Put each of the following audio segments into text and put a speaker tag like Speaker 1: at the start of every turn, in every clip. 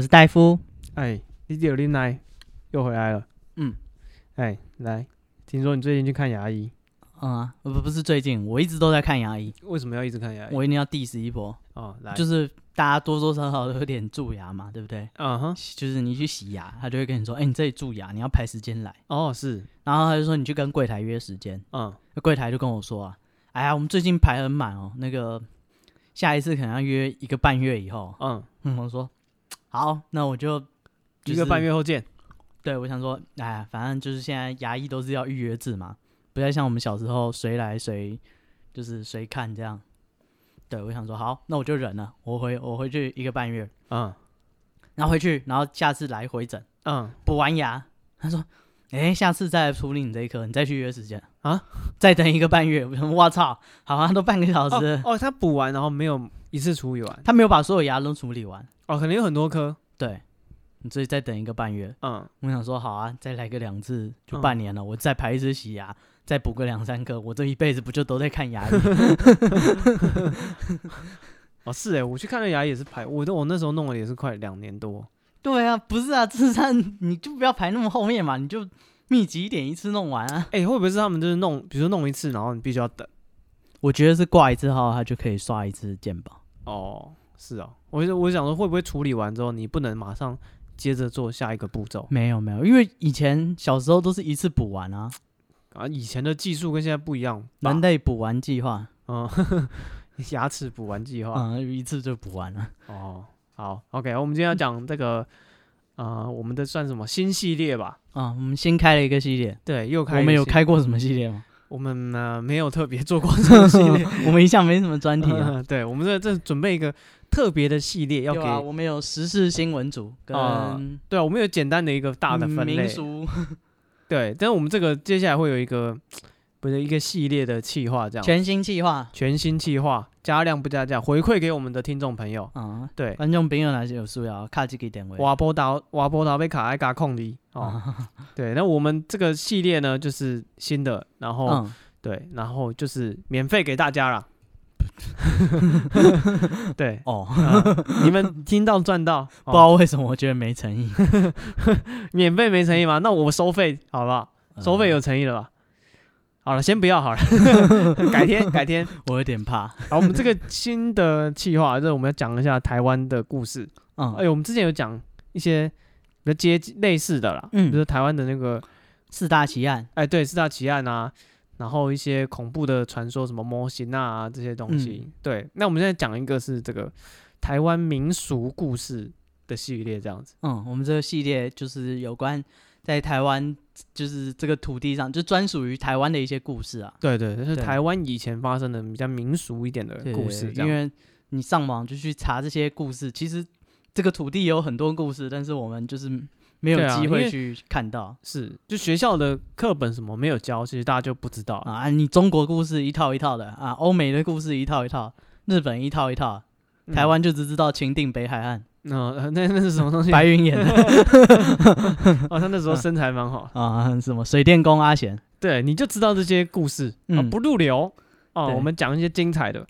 Speaker 1: 是戴夫。
Speaker 2: 哎，你九零来又回来了。
Speaker 1: 嗯，
Speaker 2: 哎，来，听说你最近去看牙医，
Speaker 1: 嗯、啊，不不是最近，我一直都在看牙医，
Speaker 2: 为什么要一直看牙医？
Speaker 1: 我一定要 diss 一波，
Speaker 2: 哦，来，，
Speaker 1: 就是是大家多多少少都有点蛀牙嘛，对不对？
Speaker 2: 嗯哼，
Speaker 1: 就是你去洗牙，他就会跟你说，哎、你这里蛀牙，你要排时间来。
Speaker 2: 哦，是，
Speaker 1: 然后他就说你去跟柜台约时间，
Speaker 2: 嗯，
Speaker 1: 那柜台就跟我说啊，哎呀，我们最近排很满哦，那个下一次可能要约一个半月以后。
Speaker 2: 嗯，
Speaker 1: 嗯，我说好，那我就、
Speaker 2: 一
Speaker 1: 就
Speaker 2: 个
Speaker 1: 是
Speaker 2: 半月后见。
Speaker 1: 对，我想说，哎，反正就是现在牙医都是要预约制嘛，不再像我们小时候谁来谁就是谁看这样。对，我想说好，那我就忍了，我回我回去一个半月，
Speaker 2: 嗯
Speaker 1: 然后回去，然后下次来回诊
Speaker 2: 嗯，
Speaker 1: 补完牙，他说，哎、下次再来处理你这一颗，你再去约时间
Speaker 2: 啊，
Speaker 1: 再等一个半月。我想我操，好啊，都半个小时了，
Speaker 2: 哦哦，他补完然后没有一次处理完，
Speaker 1: 他没有把所有牙都处理完，
Speaker 2: 哦，可能有很多颗，
Speaker 1: 对，你所以再等一个半月，
Speaker 2: 嗯，
Speaker 1: 我想说，好啊，再来个两次就
Speaker 2: 嗯
Speaker 1: 半年了，我再排一次洗牙，再补个两三颗，我这一辈子不就都在看 牙医？
Speaker 2: 哦，是哎，我去看了牙医也是排，我都我那时候弄了也是快两年多，
Speaker 1: 对啊，不是啊，智商你就不要排那么后面嘛，你就密集一点，一次弄完啊。
Speaker 2: 哎，会不会是他们就是弄，比如说弄一次，然后你必须要等？
Speaker 1: 我觉得是挂一次号，他就可以刷一次健保。
Speaker 2: 哦，是哦，我就我想说会不会处理完之后你不能马上接着做下一个步骤
Speaker 1: 没有没有，因为以前小时候都是一次补完啊，
Speaker 2: 啊？以前的技术跟现在不一样吧，
Speaker 1: 人类补完计划，
Speaker 2: 嗯， 牙齿补完计划。
Speaker 1: 嗯，一次就补完了。
Speaker 2: 哦，好，OK，我们今天要讲这个，呃，我们的算什么新系列吧？
Speaker 1: 啊、我们新开了一个系列，
Speaker 2: 对，又开
Speaker 1: 我
Speaker 2: 一
Speaker 1: 们
Speaker 2: 个
Speaker 1: 有
Speaker 2: 新，
Speaker 1: 开过什么系列 吗？
Speaker 2: 我们呢没有特别做过这个系列
Speaker 1: 我们一向没什么专题、啊。
Speaker 2: 嗯， 对，我们这这准备一个特别的系列要
Speaker 1: 有
Speaker 2: 给，
Speaker 1: 啊，我们有时事新闻组跟、
Speaker 2: 啊对啊，我们有简单的一个大的分类
Speaker 1: 嗯民，俗
Speaker 2: 对，但是我们这个接下来会有一个不是一个系列的企划，这样
Speaker 1: 全新计划
Speaker 2: 全新企划，加量不加价，回馈给我们的听众朋友，
Speaker 1: 啊，
Speaker 2: 对。
Speaker 1: 观众朋友来有需要，卡这个点位。
Speaker 2: 瓦波达瓦波达被卡埃嘎控的 哦，对，那我们这个系列呢，就是新的，然后
Speaker 1: 嗯，
Speaker 2: 对，然后就是免费给大家 啦。对、
Speaker 1: 哦，
Speaker 2: 呃你们听到赚到，哦
Speaker 1: 不知道为什么我觉得没诚意，
Speaker 2: 免费没诚意吗？
Speaker 1: 嗯
Speaker 2: 那我收费好不好？收费有诚意了吧？好了，先不要好了， 改天改天。
Speaker 1: 嗯，我有点怕。
Speaker 2: 好，我们这个新的计划，就是我们要讲一下台湾的故事。
Speaker 1: 嗯，
Speaker 2: 哎、我们之前有讲一些比较接近类似的啦，
Speaker 1: 嗯
Speaker 2: 比如说台湾的那个，
Speaker 1: 四大奇案，
Speaker 2: 哎、对，四大奇案啊，然后一些恐怖的传说，什么模型啊这些东西。对，那我们现在讲一个是这个台湾民俗故事的系列，这样子。
Speaker 1: 嗯，我们这个系列就是有关在台湾，就是这个土地上，就专属于台湾的一些故事啊，
Speaker 2: 对对，就是
Speaker 1: 对
Speaker 2: 台湾以前发生的比较民俗一点的故事，这
Speaker 1: 因
Speaker 2: 样。
Speaker 1: 为你上网就去查这些故事，其实这个土地有很多故事，但是我们就是没有
Speaker 2: 对啊
Speaker 1: 机
Speaker 2: 因
Speaker 1: 会
Speaker 2: 为
Speaker 1: 去看到。
Speaker 2: 是，就学校的课本什么没有教，其实大家就不知道。
Speaker 1: 啊，你中国故事一套一套的啊，欧美的故事一套一套，日本一套一套，
Speaker 2: 嗯
Speaker 1: 台，湾就只知道情定北海 岸，
Speaker 2: 嗯呃那那是什么 东西？
Speaker 1: 白云演的
Speaker 2: 哦，他那时候身材蛮好。
Speaker 1: 啊，什么水电工阿贤，
Speaker 2: 对，你就知道这些故事啊、
Speaker 1: 嗯
Speaker 2: 不入流哦。
Speaker 1: 对
Speaker 2: 我们讲一些精彩的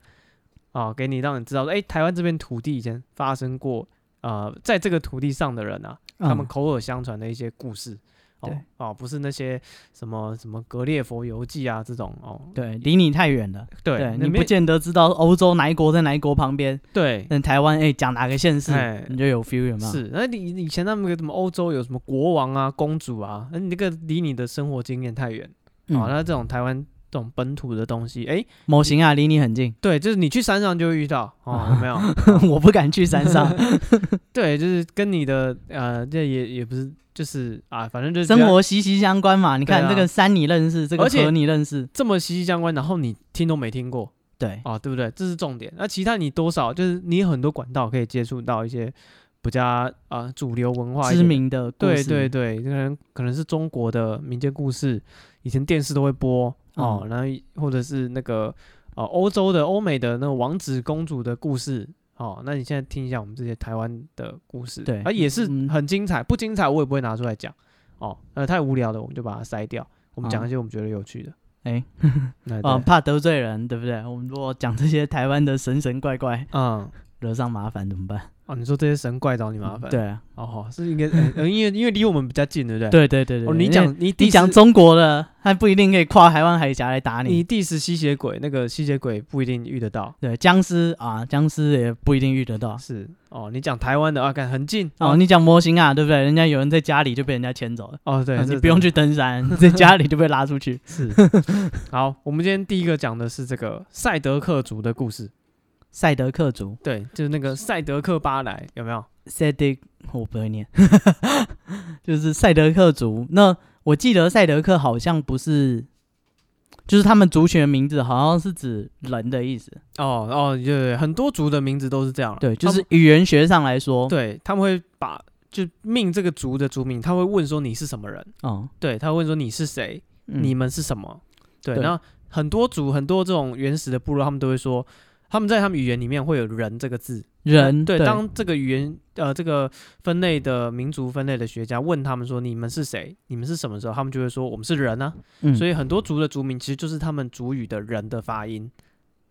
Speaker 2: 啊、给你让你知道，哎、台湾这边土地以前发生过呃，在这个土地上的人啊，他们
Speaker 1: 嗯
Speaker 2: 口耳相传的一些故事。哦
Speaker 1: 对
Speaker 2: 哦，不是那些什么什么《格列佛游记》啊这种哦，
Speaker 1: 对离你太远了，
Speaker 2: 对，
Speaker 1: 对
Speaker 2: 那
Speaker 1: 你
Speaker 2: 没
Speaker 1: 不见得知道欧洲哪一国在哪一国旁边，
Speaker 2: 对
Speaker 1: 但台湾哎讲哪个县市
Speaker 2: 哎，
Speaker 1: 你就有 feel 嗯有没有？
Speaker 2: 是，那你以前他们有什么欧洲有什么国王啊、公主啊，那你那个离你的生活经验太远
Speaker 1: 嗯
Speaker 2: 哦，那这种台湾这种本土的东西，哎、
Speaker 1: 模型啊离你很近，
Speaker 2: 对，就是你去山上就会遇到哦，有没有？
Speaker 1: 我不敢去 山上，
Speaker 2: 啊对，就是跟你的呃，这也也不是，就是啊，反正就是
Speaker 1: 生
Speaker 2: 比较
Speaker 1: 活息息相关嘛。你
Speaker 2: 对
Speaker 1: 看
Speaker 2: 啊
Speaker 1: 这个山你认识，这个
Speaker 2: 而且
Speaker 1: 河你认识，
Speaker 2: 这么息息相关，然后你听都没听过
Speaker 1: 对，
Speaker 2: 啊，对不对？这是重点。那其他你多少就是你有很多管道可以接触到一些比较啊、主流文化一
Speaker 1: 知
Speaker 2: 点的。
Speaker 1: 名的故
Speaker 2: 对
Speaker 1: 事，
Speaker 2: 对对，可能可能是中国的民间故事，以前电视都会播哦，
Speaker 1: 嗯
Speaker 2: 然后或者是那个呃欧洲的、欧美的那个王子公主的故事哦。那你现在听一下我们这些台湾的故事，
Speaker 1: 对
Speaker 2: 啊也是
Speaker 1: 嗯
Speaker 2: 很精彩，不精彩我也不会拿出来讲哦。呃，太无聊的我们就把它筛掉，我们讲一些我们觉得有趣的。
Speaker 1: 啊哎。
Speaker 2: 那
Speaker 1: 啊，
Speaker 2: 对
Speaker 1: 怕得罪人，对不对？我们如果讲这些台湾的神神怪怪，
Speaker 2: 嗯，
Speaker 1: 惹上麻烦怎么办？
Speaker 2: 哦，你说这些神怪找你麻烦？，
Speaker 1: 对啊，
Speaker 2: 哦，是应该，呃因为因为离我们比较近，对不对？。
Speaker 1: 对对对对。
Speaker 2: 哦，
Speaker 1: 对
Speaker 2: 你
Speaker 1: 因为
Speaker 2: 讲你第
Speaker 1: 你讲
Speaker 2: 十
Speaker 1: 中国的，还不一定可以跨台湾海峡来打
Speaker 2: 你
Speaker 1: 啊你。
Speaker 2: 第十吸血鬼，那个吸血鬼不一定遇得到。
Speaker 1: 对，僵尸啊，僵尸也不一定遇得到。
Speaker 2: 是哦，你讲台湾的啊，看很近
Speaker 1: 啊哦，你讲模型啊，对不对？人家有人在家里就被人家牵走了，
Speaker 2: 哦，对，
Speaker 1: 啊
Speaker 2: 这
Speaker 1: 你不用去登山，在家里就被拉出去。
Speaker 2: 是。好，我们今天第一个讲的是这个赛德克族的故事，
Speaker 1: 赛德克族
Speaker 2: 对，就是那个赛德克巴莱，有没有？
Speaker 1: 赛德，哦我不会念， 就是赛德克族。那我记得赛德克好像不是，就是他们族群的名字好像是指人的意思。
Speaker 2: 哦哦，对对，很多族的名字都是这样啦。
Speaker 1: 对，就
Speaker 2: 他
Speaker 1: 是
Speaker 2: 们
Speaker 1: 语言学上来说，，
Speaker 2: 对，他们会把就命这个族的族名，他会问说你是什么人，
Speaker 1: 哦，
Speaker 2: 对，他会问说你是谁，
Speaker 1: 嗯
Speaker 2: 你们是什么？对，
Speaker 1: 对
Speaker 2: 那很多族很多这种原始的部落，他们都会说，他们在他们语言里面会有“人”这个字。
Speaker 1: 人
Speaker 2: 对，当这个语言呃这个分类的民族分类的学家问他们说你们是谁，你们是什么时候，他们就会说我们是人啊。
Speaker 1: 嗯
Speaker 2: 所以很多族的族名其实就是他们族语的“人”的发音。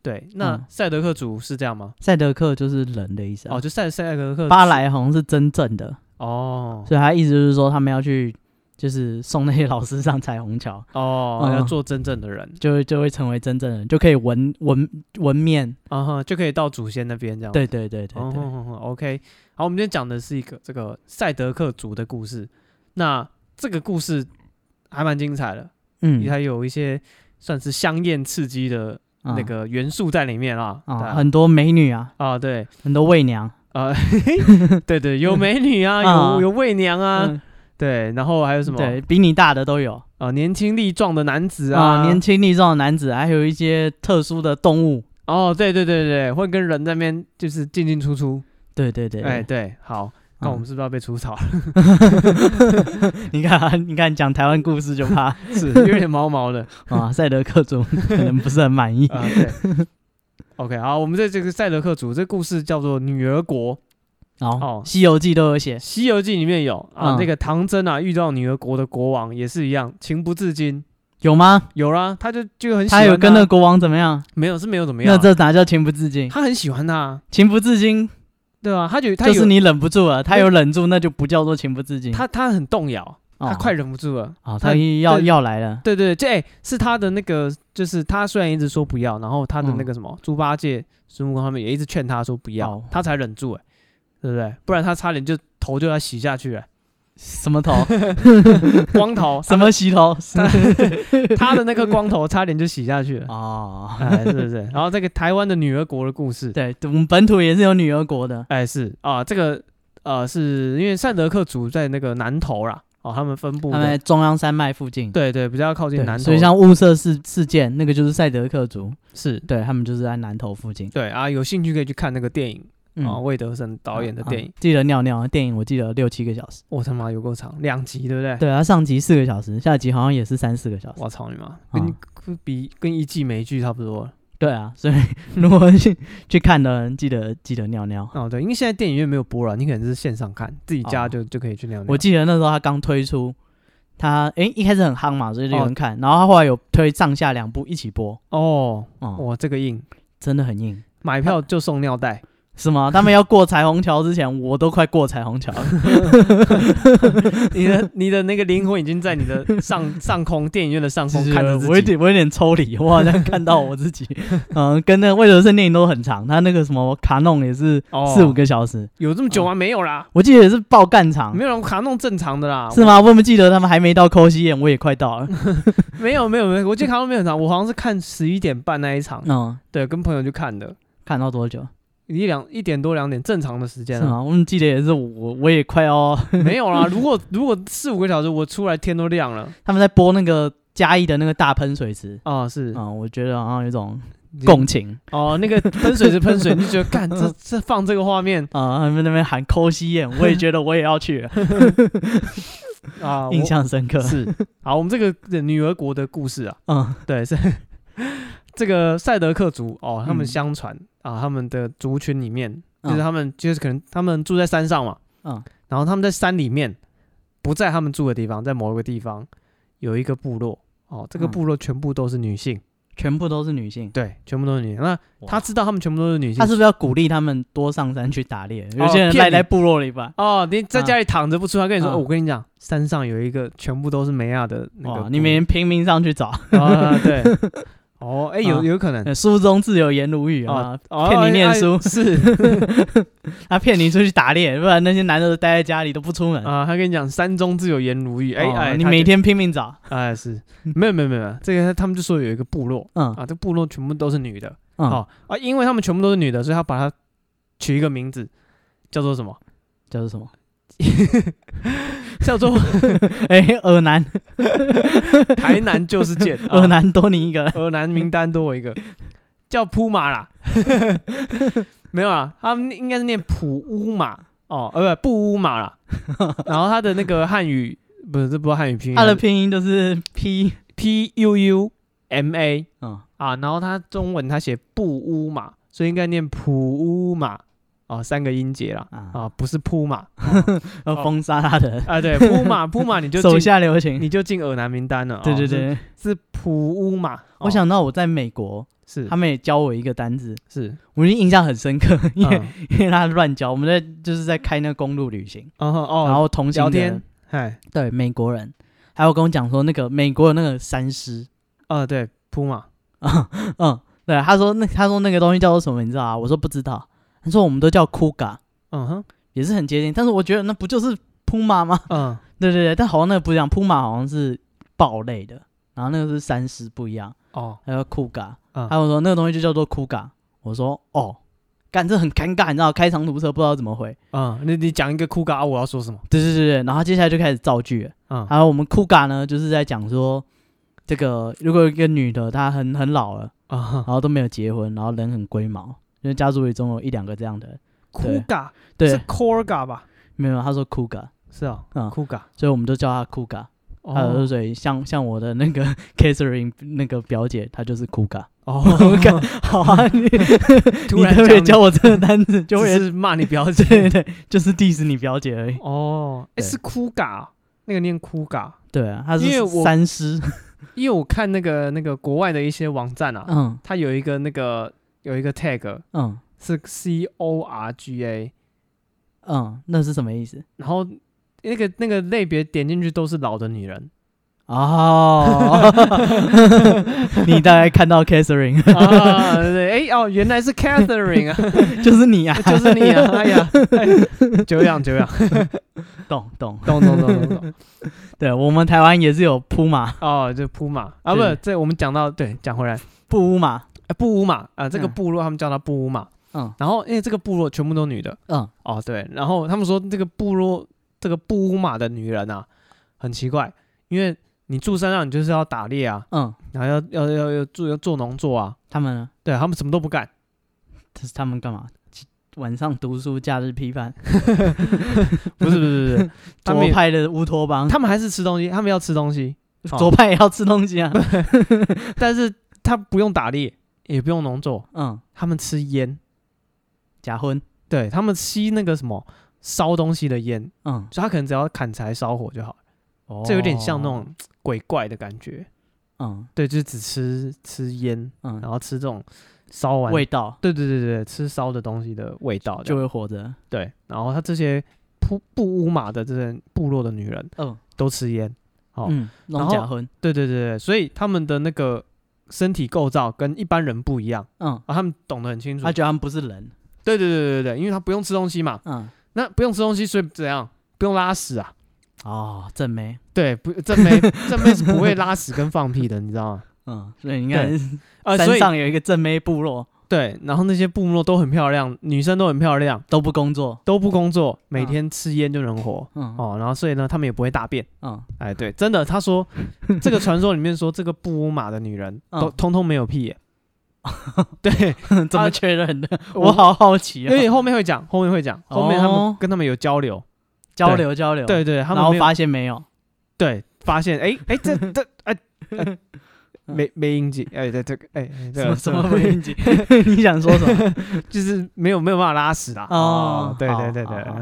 Speaker 2: 对，那
Speaker 1: 嗯
Speaker 2: 赛德克族是这样吗？
Speaker 1: 赛德克就是人的意思、啊。
Speaker 2: 哦，就赛赛德克
Speaker 1: 巴
Speaker 2: 族
Speaker 1: 莱好像是真正的，
Speaker 2: 哦
Speaker 1: 所以他意思就是说他们要去，就是送那些老师上彩虹桥，
Speaker 2: 哦，
Speaker 1: 嗯
Speaker 2: 要做真正的人
Speaker 1: 就会就会成为真正的人，就可以纹纹纹面。
Speaker 2: 啊哈，就可以到祖先那边这样。
Speaker 1: 对对对对
Speaker 2: 哦
Speaker 1: 对，
Speaker 2: 哼哼哼，OK，好，我们今天讲的是一个这个赛德克族的故事。那这个故事还蛮精彩的，
Speaker 1: 嗯，
Speaker 2: 它有一些算是香艳刺激的那个元素在里面啦。
Speaker 1: 啊
Speaker 2: 对
Speaker 1: 啊，
Speaker 2: 啊
Speaker 1: 很多美女啊，
Speaker 2: 啊，对，
Speaker 1: 很多媚娘
Speaker 2: 啊，对对，有美女啊，
Speaker 1: 啊
Speaker 2: 有有媚娘啊，
Speaker 1: 嗯
Speaker 2: 对，然后还有什么？
Speaker 1: 对比你大的都有
Speaker 2: 啊，年轻力壮的男子
Speaker 1: 啊，
Speaker 2: 啊，
Speaker 1: 年轻力壮的男子，还有一些特殊的动物。
Speaker 2: 哦，对对对对，会跟人在那边就是进进出出。
Speaker 1: 对对对，啊
Speaker 2: 哎，
Speaker 1: 对，
Speaker 2: 对，好，那我们
Speaker 1: 嗯
Speaker 2: 是不是要被除 草了？
Speaker 1: 你看 啊你看讲台湾故事就 怕
Speaker 2: 是有点毛毛的。
Speaker 1: 啊，赛德克族可能不是很 满意。
Speaker 2: 啊，对。OK，好，我们在这个赛德克族，这故事叫做《女儿国》，
Speaker 1: 哦
Speaker 2: 哦，
Speaker 1: 《西游记》都有
Speaker 2: 《
Speaker 1: 写，
Speaker 2: 西游记》里面有啊，
Speaker 1: 嗯
Speaker 2: 这个唐僧啊遇到女儿国的国王也是一样，情不自禁。
Speaker 1: 有吗？
Speaker 2: 有啦，他就就很喜
Speaker 1: 他
Speaker 2: 欢啊
Speaker 1: 有跟那个国王怎么样？
Speaker 2: 没有是没有怎么样啊，
Speaker 1: 那这哪叫情不自禁？
Speaker 2: 他很喜欢他啊，
Speaker 1: 情不自禁
Speaker 2: 对啊，他觉得他
Speaker 1: 就
Speaker 2: 有、
Speaker 1: 是你忍不住了，他有忍住，那就不叫做情不自禁。
Speaker 2: 他他很动摇，
Speaker 1: 哦
Speaker 2: 他快忍不住了。
Speaker 1: 哦，
Speaker 2: 他
Speaker 1: 他一要
Speaker 2: 对
Speaker 1: 要来了，
Speaker 2: 对对，这、哎是他的那个，就是他虽然一直说不要，然后他的
Speaker 1: 嗯
Speaker 2: 那个什么猪八戒、孙悟空他们也一直劝他说不要，
Speaker 1: 哦
Speaker 2: 他才忍住哎、对不对？不然他差点就头就要洗下去了，
Speaker 1: 什么头？
Speaker 2: 光 头，
Speaker 1: 什么洗头？
Speaker 2: 他他的那个光头差点就洗下去了，
Speaker 1: 哦，
Speaker 2: 哎，是不是？然后这个台湾的女儿国的故事，
Speaker 1: 对，我们本土也是有女儿国的。
Speaker 2: 哎，是啊，这个呃，是因为赛德克族在那个南投啦，哦，他们分布
Speaker 1: 他们在
Speaker 2: 的，
Speaker 1: 中央山脉附近，
Speaker 2: 对对，比较靠近
Speaker 1: 对
Speaker 2: 南投，
Speaker 1: 所以像雾社事事件，那个就是赛德克族，
Speaker 2: 是
Speaker 1: 对他们就是在南头附近。
Speaker 2: 对啊，有兴趣可以去看那个电影
Speaker 1: 嗯
Speaker 2: 啊，魏德森导演的电
Speaker 1: 啊
Speaker 2: 影，
Speaker 1: 记得尿尿电影，我记得六七个小时。
Speaker 2: 我他妈有够长，两集对不对？
Speaker 1: 对啊，上集四个小时，下集好像也是三四个小时。
Speaker 2: 我操你
Speaker 1: 啊
Speaker 2: 妈，跟比跟一季美剧差不多了
Speaker 1: 对啊，所以如果去去看的人，记得记得尿尿。
Speaker 2: 哦，对，因为现在电影院没有播了，你可能是线上看，自己家
Speaker 1: 哦
Speaker 2: 就就可以去那样。
Speaker 1: 我记得那时候他刚推出，他诶、一开始很夯嘛，所以就有
Speaker 2: 哦
Speaker 1: 人看，然后他后来有推上下两部一起播，
Speaker 2: 哦，
Speaker 1: 哦、
Speaker 2: 哇，这个硬，
Speaker 1: 真的很硬，
Speaker 2: 买票就送尿袋。
Speaker 1: 是吗？他们要过彩虹桥之前，我都快过彩虹桥了，
Speaker 2: 你的你的那个灵魂已经在你的上上空电影院的上 空看着自己。
Speaker 1: 我有点我有点抽离，我好像看到我自 己，嗯，跟那个魏德圣电影都很长，他那个什么卡弄也是
Speaker 2: 哦
Speaker 1: 四五个小时，
Speaker 2: 有这么
Speaker 1: 嗯
Speaker 2: 久吗？没有啦，
Speaker 1: 我记得也是爆干长
Speaker 2: 没。有啦，我卡弄正常的啦。
Speaker 1: 啊是吗？我怎么记得他们还没到抠西眼，我也快 到了。
Speaker 2: 我？没有没有没有，我记得卡弄没有很长，我好像是看十一点半那一场，
Speaker 1: 嗯，
Speaker 2: 对，跟朋友去看的，
Speaker 1: 看到多久？
Speaker 2: 一两一点多两点正常的时间
Speaker 1: 是
Speaker 2: 啊。
Speaker 1: 吗？我们记得也是我，我也快要
Speaker 2: 没有啦，如果如果四五个小时我出来天都亮了
Speaker 1: 他们在播那个嘉义的那个大喷水池，
Speaker 2: 啊，是
Speaker 1: 嗯，我觉得好像有一种
Speaker 2: 你
Speaker 1: 共情
Speaker 2: 哦，那个喷水是喷水，你就觉得干 这这放这个画面
Speaker 1: 啊、他们那边喊抠西眼，我也觉得我也 要去，
Speaker 2: 啊，我
Speaker 1: 印象深刻。
Speaker 2: 是好，我们这个女儿国的故事啊。
Speaker 1: 嗯
Speaker 2: 对，是这个赛德克族哦，他们
Speaker 1: 嗯
Speaker 2: 相传、啊，他们的族群里面， 就是
Speaker 1: 嗯
Speaker 2: 他们、就是可能他们住在山上嘛，
Speaker 1: 嗯
Speaker 2: 然后他们在山里面，不在他们住的地方，在某一个地方有一个部落哦，这个
Speaker 1: 嗯
Speaker 2: 部落全部都是女性，
Speaker 1: 全部都是女性。
Speaker 2: 对，全部都是女性。那他知道他们全部都是女性，
Speaker 1: 他是不是要鼓励他们多上山去打猎？有些人
Speaker 2: 骗
Speaker 1: 赖
Speaker 2: 你
Speaker 1: 在部落里吧。
Speaker 2: 哦，你
Speaker 1: 嗯
Speaker 2: 在家里躺着不出来，跟你说，
Speaker 1: 啊
Speaker 2: 哦我跟你讲，山上有一个全部都是梅亚的那
Speaker 1: 哇
Speaker 2: 个，，
Speaker 1: 你每天拼命上 去找，
Speaker 2: 啊，对，哦，哎，有
Speaker 1: 啊
Speaker 2: 有可能
Speaker 1: 呃书中自有颜如玉啊，
Speaker 2: 哦
Speaker 1: 骗你
Speaker 2: 哎
Speaker 1: 念
Speaker 2: 哎
Speaker 1: 书
Speaker 2: 是
Speaker 1: 他骗你出去打猎，不然那些男的都待在家里都不出门。
Speaker 2: 啊，他跟你讲山中自有颜如玉，哎
Speaker 1: 嗯哦
Speaker 2: 哎，
Speaker 1: 你
Speaker 2: 他
Speaker 1: 每
Speaker 2: 就
Speaker 1: 天拼命找，
Speaker 2: 哎是，没有没有没有没有，这个他们就说有一个部落
Speaker 1: 嗯
Speaker 2: 啊，这部落全部都是女的，
Speaker 1: 嗯，
Speaker 2: 哦啊，因为他们全部都是女的，所以他把它取一个名字，叫做什么？
Speaker 1: 叫做什么？
Speaker 2: 叫做
Speaker 1: 哎，尔南，
Speaker 2: 台南就是 贱，啊
Speaker 1: 尔南多你一个人，
Speaker 2: 河南名单多我一个，叫普马 啦，没有啦，他们应该是念普乌马哦，呃不布乌马啦。然后他的那个汉语不是这不是汉语拼音，啊
Speaker 1: 他的拼音就是 P，
Speaker 2: P U U M A
Speaker 1: 嗯，
Speaker 2: 啊，然后他中文他写布乌马，所以应该念普乌马哦，三个音节啦
Speaker 1: 啊
Speaker 2: 啊，不是普马
Speaker 1: 要
Speaker 2: 哦
Speaker 1: 封杀他的人，
Speaker 2: 啊，对普 马普马你就
Speaker 1: 手
Speaker 2: 进
Speaker 1: 下留情。
Speaker 2: 你就进尔南名单了，哦
Speaker 1: 对对，对，
Speaker 2: 是是普乌马，
Speaker 1: 我
Speaker 2: 哦
Speaker 1: 想到我在美国，
Speaker 2: 是
Speaker 1: 他们也教我一个单字，
Speaker 2: 是，
Speaker 1: 我就印象很深刻，因为
Speaker 2: 嗯
Speaker 1: 因为他乱教，我们在就是在开那个公路旅行，
Speaker 2: 哦哦，
Speaker 1: 然后同行
Speaker 2: 聊
Speaker 1: 的
Speaker 2: 天，嗨，
Speaker 1: 对美国人，还有跟我讲说那个美国有那个山狮，
Speaker 2: 哦对，普马，
Speaker 1: 嗯，对，他说那他说那个东西叫做什么，你知道啊？我说不知道，他说我们都叫 Kuga，
Speaker 2: 嗯哼，
Speaker 1: 也是很接近，但是我觉得那不就是 Puma 吗？
Speaker 2: 嗯
Speaker 1: 对对对，但好像那个不一样，Puma 好像是豹类的，然后那个是山狮不一样，
Speaker 2: 哦，
Speaker 1: 还有 Kuga，
Speaker 2: 嗯
Speaker 1: 他们说那个东西就叫做 Kuga，我说哦，干这很尴尬，你知道开长途车不知道怎么回，
Speaker 2: 嗯，你你讲一个酷嘎，我要说什么？
Speaker 1: 对对对对，然后他接下来就开始造句了。
Speaker 2: 嗯
Speaker 1: 还有我们酷嘎呢，就是在讲说，这个如果有一个女的她很很老了，
Speaker 2: 啊
Speaker 1: 然，后都没有结婚，然后人很龟毛，因为家族里总有一两个这样的人。
Speaker 2: 酷嘎是
Speaker 1: 对，
Speaker 2: Korga 吧？
Speaker 1: 没有，他说酷嘎，
Speaker 2: 是啊
Speaker 1: 嗯，呃
Speaker 2: 酷嘎，
Speaker 1: 所以我们就叫他酷嘎。还有
Speaker 2: 哦
Speaker 1: 所以像像我的那个 Catherine 那个表姐，她就是酷嘎。
Speaker 2: 哦，
Speaker 1: 干 好啊，你
Speaker 2: 突
Speaker 1: 你
Speaker 2: 然
Speaker 1: 特别
Speaker 2: 讲
Speaker 1: 教我这个单词，就
Speaker 2: 就
Speaker 1: 会
Speaker 2: 是骂你表
Speaker 1: 对
Speaker 2: 姐。
Speaker 1: 对，对就是 diss 你表姐而已。
Speaker 2: 哦，哎，
Speaker 1: 对
Speaker 2: 是酷嘎，那个念酷嘎，
Speaker 1: 对啊，她
Speaker 2: 因为
Speaker 1: 是
Speaker 2: 我
Speaker 1: 三师，
Speaker 2: 因为我看那个那个国外的一些网站啊，
Speaker 1: 嗯
Speaker 2: 它有一个那个有一个 tag
Speaker 1: 嗯
Speaker 2: 是 C O R G A，
Speaker 1: 嗯，那是什么意思？
Speaker 2: 然后那个那个类别点进去都是老的女 人。
Speaker 1: 哦，你大概看到 Catherine
Speaker 2: 啊，对，哎哦，原来是 Catherine 啊，
Speaker 1: 就是你啊，
Speaker 2: 就是你啊，哎呀，哎久仰久仰，
Speaker 1: 懂懂。
Speaker 2: 懂懂懂懂懂，
Speaker 1: 对我们台湾也是有铺马、
Speaker 2: 哦，就铺马啊，不
Speaker 1: 对，
Speaker 2: 这我们讲到对，讲回来，
Speaker 1: 布乌马，
Speaker 2: 啊布乌马啊，这个
Speaker 1: 嗯
Speaker 2: 部落他们叫它布乌马，
Speaker 1: 嗯
Speaker 2: 然后因为这个部落全部都女的，
Speaker 1: 嗯，
Speaker 2: 哦对，然后他们说这个部落这个布乌马的女人啊，很奇怪，因为你住山上你就是要打猎啊，
Speaker 1: 嗯，
Speaker 2: 然后要要要要做要做农作啊，
Speaker 1: 他们呢？
Speaker 2: 对他们什么都不干，
Speaker 1: 这是他们干嘛？晚上读书，假日 批判，
Speaker 2: 不是不是不是，他们
Speaker 1: 左
Speaker 2: 也
Speaker 1: 派的乌托邦，
Speaker 2: 他们还是吃东西，他们要吃东西。哦
Speaker 1: 左派也要吃东西啊。
Speaker 2: 但是他不用打猎，也不用农作，
Speaker 1: 嗯，
Speaker 2: 他们吃烟，
Speaker 1: 假婚，
Speaker 2: 对他们吸那个什么烧东西的烟，
Speaker 1: 嗯，
Speaker 2: 所以他可能只要砍柴烧火就好了。这有点像那，
Speaker 1: 哦
Speaker 2: 种嘖鬼怪的感觉，
Speaker 1: 嗯
Speaker 2: 对，就是只吃吃烟，然
Speaker 1: 嗯，
Speaker 2: 后吃这种烧完，
Speaker 1: 味道
Speaker 2: 对对对对，吃烧的东西的味道这
Speaker 1: 就
Speaker 2: 样，
Speaker 1: 会活着。
Speaker 2: 对。然后他这些布布乌马的这些部落的女人
Speaker 1: 嗯
Speaker 2: 都吃烟，哦
Speaker 1: 嗯，那
Speaker 2: 然
Speaker 1: 种
Speaker 2: 后
Speaker 1: 假婚，
Speaker 2: 对对对对，所以他们的那个身体构造跟一般人不一样
Speaker 1: 嗯，
Speaker 2: 啊，他们懂得很清楚
Speaker 1: 他。觉得他们不是人，
Speaker 2: 对对对对对对，因为他不用吃东西嘛，
Speaker 1: 嗯，
Speaker 2: 那不用吃东西，所以怎样？不用拉屎啊？
Speaker 1: 哦，正妹，
Speaker 2: 对，不，正 妹正妹是不会拉屎跟放屁的，你知道吗？
Speaker 1: 嗯，所以你看
Speaker 2: 对呃，所
Speaker 1: 山
Speaker 2: 以
Speaker 1: 上有一个正妹部落，
Speaker 2: 对，然后那些部落都很漂亮，女生都很漂亮，
Speaker 1: 都不工作，
Speaker 2: 都不工作，每
Speaker 1: 嗯
Speaker 2: 天吃烟就能活、
Speaker 1: 嗯
Speaker 2: 哦。然后所以呢，他们也不会大便。
Speaker 1: 嗯，
Speaker 2: 哎，对，真的，他说这个传说里面说，这个布乌马的女人都、
Speaker 1: 嗯
Speaker 2: 通通没有屁 眼。对，
Speaker 1: 怎么确认的？
Speaker 2: 啊我
Speaker 1: 我好好奇
Speaker 2: 因
Speaker 1: 啊，
Speaker 2: 为后面会讲，后面会讲，后面他们、
Speaker 1: 哦
Speaker 2: 跟他们有交流。
Speaker 1: 交流交流，
Speaker 2: 对对，他们
Speaker 1: 然后
Speaker 2: 没有
Speaker 1: 发现没有，
Speaker 2: 对，发现哎哎 这这哎哎没没音节哎这这个哎哎这
Speaker 1: 什
Speaker 2: 个
Speaker 1: 么嗯什么回音机？ 你想说什么？
Speaker 2: 就是没有没有办法拉屎啦。
Speaker 1: 哦
Speaker 2: 对
Speaker 1: 好
Speaker 2: 对对
Speaker 1: 好好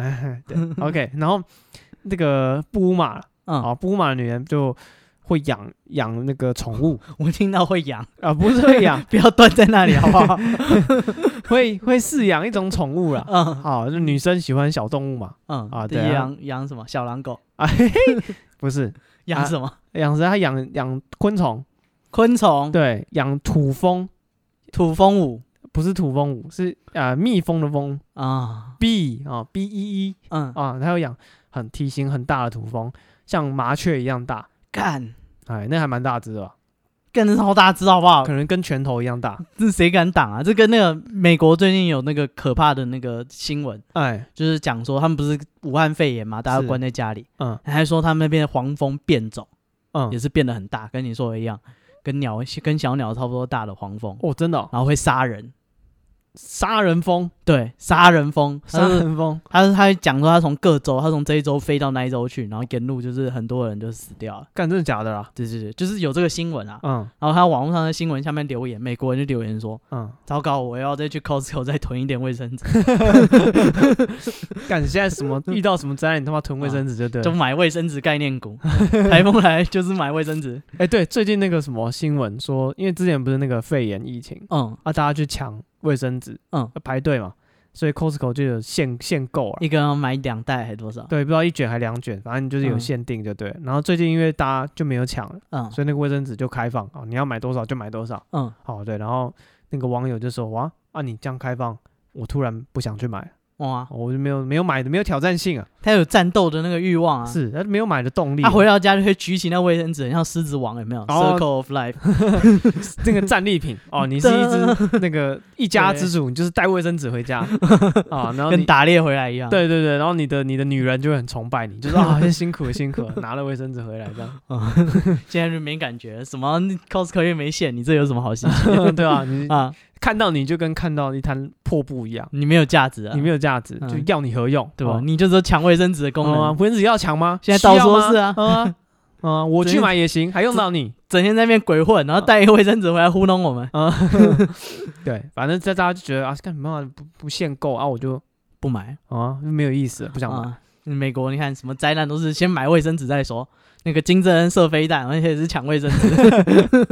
Speaker 2: 对对，OK。然后那个布乌马哦
Speaker 1: 嗯，
Speaker 2: 啊，布乌马的女人就会养养那个宠 物
Speaker 1: 我听到会养，，
Speaker 2: 啊，不是会养
Speaker 1: 不要断在 那里好不 好？
Speaker 2: 会会饲养一种宠物啦。
Speaker 1: 嗯
Speaker 2: 好，就女生喜欢小动物嘛？
Speaker 1: 嗯
Speaker 2: 啊
Speaker 1: 对
Speaker 2: 对啊
Speaker 1: 养养什么小狼狗，
Speaker 2: 啊，嘿嘿，不是
Speaker 1: 养
Speaker 2: 啊
Speaker 1: 什么
Speaker 2: 养蛇，她养养昆虫，
Speaker 1: 昆虫，
Speaker 2: 对，养土蜂，
Speaker 1: 土风舞
Speaker 2: 不是土蜂舞，是呃蜜蜂的蜂
Speaker 1: 啊，
Speaker 2: ，bee 啊，b e e
Speaker 1: 嗯，
Speaker 2: 啊，它有养很体型很大的土蜂，像麻雀一样大，
Speaker 1: 干
Speaker 2: 哎，那还蛮大只的吧，
Speaker 1: 干得超大只好不好
Speaker 2: 可？能跟拳头一样大，
Speaker 1: 这谁敢挡啊？这跟那个美国最近有那个可怕的那个新闻，
Speaker 2: 哎，
Speaker 1: 就是讲说他们不是武汉肺炎嘛，大家
Speaker 2: 是
Speaker 1: 关在家里，
Speaker 2: 嗯
Speaker 1: 还说他们那边的黄蜂变种也
Speaker 2: 嗯，
Speaker 1: 是变得很大，跟你说的一样，跟鸟跟小鸟差不多大的黄蜂，
Speaker 2: 哦，真的哦，
Speaker 1: 然后会杀人，
Speaker 2: 杀人蜂，
Speaker 1: 对，杀 人蜂，
Speaker 2: 杀
Speaker 1: 他是
Speaker 2: 人蜂，
Speaker 1: 他是他会讲说他从各州，他从这一州飞到那一州去，然后沿路就是很多人就死掉了，
Speaker 2: 干真的假的啦？
Speaker 1: 对对对，就是有这个新闻啊，
Speaker 2: 嗯
Speaker 1: 然后他网络上的新闻下面留言，美国人就留言说，
Speaker 2: 嗯，
Speaker 1: 糟糕，我要再去 Costco 再囤一点卫生纸。
Speaker 2: 干现在什 么遇到什么灾难，你他妈囤卫生纸就对
Speaker 1: 就
Speaker 2: 了。
Speaker 1: 买卫生纸概念股，台风来就是买卫生纸。
Speaker 2: 哎，对，最近那个什么新闻说，因为之前不是那个肺炎疫情
Speaker 1: 嗯，
Speaker 2: 啊，大家去抢卫生纸，
Speaker 1: 嗯
Speaker 2: 呃，排队嘛，所以 Costco 就有限限购了。
Speaker 1: 一个人要买两袋还多少？
Speaker 2: 对，不知道一卷还两卷，反正就是有
Speaker 1: 嗯
Speaker 2: 限定就对了。然后最近因为大家就没有抢了，
Speaker 1: 嗯
Speaker 2: 所以那个卫生纸就开放哦，你要买多少就买多少。
Speaker 1: 嗯，
Speaker 2: 哦，对，然后那个网友就说：“哇啊，你这样开放，我突然不想去买了，哦
Speaker 1: 哇，
Speaker 2: 我就没有没有买的，没有挑战性啊，
Speaker 1: 他有战斗的那个欲望啊。，
Speaker 2: 是，他没有买的动力啊、
Speaker 1: 他回到家就会举起那卫生纸，很像狮子王有没有
Speaker 2: 哦
Speaker 1: ？Circle of Life，
Speaker 2: 那个战利 品哦，你是一只那个一家之主，你就是带卫生纸回家 啊，然后
Speaker 1: 跟
Speaker 2: 你。”
Speaker 1: 打猎回来一样。，
Speaker 2: 对对对，然后你的你的女人就会很崇拜你，就说 啊，辛苦了辛苦了，拿了卫生纸回来这样，
Speaker 1: 现在就没感觉，什么 Costco 又没线，你这有什么 好稀奇
Speaker 2: 对啊，你
Speaker 1: 啊？
Speaker 2: 看到你就跟看到一滩破布一样，
Speaker 1: 你没有价值啊
Speaker 2: 你，没有价值，
Speaker 1: 嗯
Speaker 2: 就要你何用，
Speaker 1: 对吧？
Speaker 2: 哦
Speaker 1: 你就说抢卫生纸的功
Speaker 2: 哦啊
Speaker 1: 能，
Speaker 2: 卫生纸要抢吗？
Speaker 1: 现在到
Speaker 2: 需要
Speaker 1: 处
Speaker 2: 吗
Speaker 1: 是啊
Speaker 2: 啊啊！我
Speaker 1: 只
Speaker 2: 去
Speaker 1: 是
Speaker 2: 买也行，还用到你
Speaker 1: 整天在那边鬼混，
Speaker 2: 哦
Speaker 1: 然后带一个卫生纸回来糊弄我们，
Speaker 2: 啊！ 对，反正大家就觉得啊，干嘛不不限购啊？我就
Speaker 1: 不买。
Speaker 2: 啊没有意思，不想买。
Speaker 1: 啊。美国，你看什么灾难都是先买卫生纸再说。那个金正恩射飞弹，而且是抢卫生纸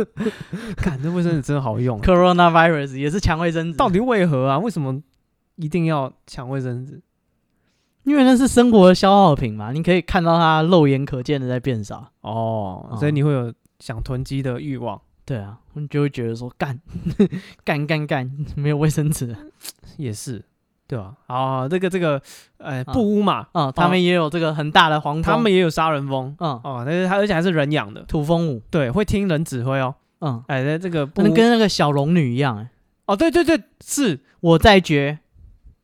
Speaker 2: 看这卫生纸真的好用啊，
Speaker 1: ，coronavirus 也是抢卫生纸。
Speaker 2: 到底为何啊？为什么一定要抢卫生纸？
Speaker 1: 因为那是生活的消耗品嘛，你可以看到它肉眼可见的在变少。
Speaker 2: 哦
Speaker 1: 啊，
Speaker 2: 所以你会有想囤积的欲望，
Speaker 1: 对啊，你就会觉得说干 干干干，没有卫生纸
Speaker 2: 也是对吧？啊，这个这个，呃，
Speaker 1: 啊
Speaker 2: 布屋嘛，
Speaker 1: 啊、他们也有这个很大的黄蜂，
Speaker 2: 他们也有杀人蜂
Speaker 1: 嗯
Speaker 2: 哦，但是他而且还是人养的，
Speaker 1: 土风舞，
Speaker 2: 对，会听人指挥哦。
Speaker 1: 嗯，
Speaker 2: 哎，那这个布屋
Speaker 1: 可能跟那个小龙女一样、欸，
Speaker 2: 哦，对对对，是
Speaker 1: 我在觉，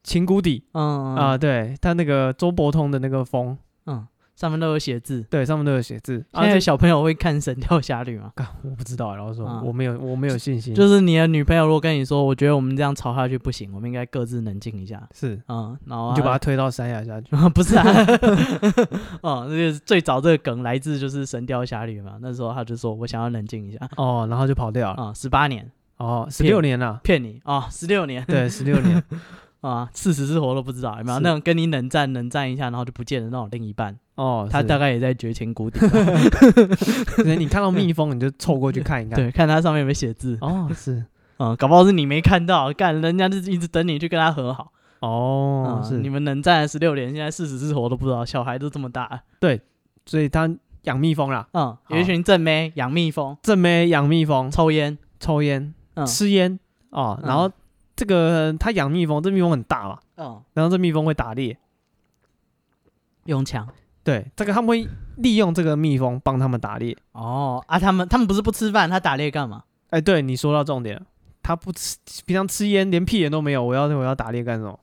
Speaker 2: 情谷底
Speaker 1: 嗯
Speaker 2: 啊、
Speaker 1: 啊
Speaker 2: 对他那个周伯通的那个风，
Speaker 1: 嗯，上面都有写字。
Speaker 2: 对，上面都有写字啊。
Speaker 1: 现在
Speaker 2: 这
Speaker 1: 小朋友会看《神雕侠侣》吗？
Speaker 2: 干我不知道，然后说、
Speaker 1: 啊
Speaker 2: 我没有，我没有信心，
Speaker 1: 就是你的女朋友如果跟你说，我觉得我们这样吵下去不行，我们应该各自冷静一下，
Speaker 2: 是
Speaker 1: 嗯，然后
Speaker 2: 你就把他推到山崖下去。
Speaker 1: 他 不是啊，哦，这个最早这个梗来自就是《神雕侠侣》嘛，那时候他就说我想要冷静一下
Speaker 2: 哦，然后就跑掉了。
Speaker 1: 啊，十、八年
Speaker 2: 哦，十六
Speaker 1: 骗
Speaker 2: 年了，
Speaker 1: 骗你啊，十、六年
Speaker 2: 对，十六年。
Speaker 1: 啊，四十是活都不知道有没有
Speaker 2: 是
Speaker 1: 那种跟你冷战冷战一下，然后就不见了那种另一半，
Speaker 2: 哦，
Speaker 1: 他
Speaker 2: 是
Speaker 1: 大概也在绝情谷底吧，
Speaker 2: 可能你看 到蜜蜂，你就凑过去看一看。，
Speaker 1: 对，看他上面有没有写字，
Speaker 2: 哦， 是，
Speaker 1: 嗯，搞不好是你没看到，干人家就一直等你去跟他和好，
Speaker 2: 哦，
Speaker 1: 嗯
Speaker 2: 是
Speaker 1: 你，们冷战十六年，现在四十是活都不知道，小孩都这么大了。
Speaker 2: 所以他养蜜蜂啦，
Speaker 1: 嗯，有一群正妹养蜜蜂、
Speaker 2: 正妹养蜜蜂，
Speaker 1: 抽烟，
Speaker 2: 抽烟、
Speaker 1: 嗯
Speaker 2: 吃烟哦，然后
Speaker 1: 嗯
Speaker 2: 这个他养蜜蜂，这蜜蜂很大嘛，
Speaker 1: 嗯，
Speaker 2: 然后这蜜蜂会打猎，
Speaker 1: 用枪。
Speaker 2: 对，这个他们会利用这个蜜蜂帮他们打猎。
Speaker 1: 哦啊，他们他们不是不吃饭，他打猎干嘛？
Speaker 2: 哎，对你说到重点了，他不吃，平常吃烟连屁眼都没有，我要我要打猎干什 么？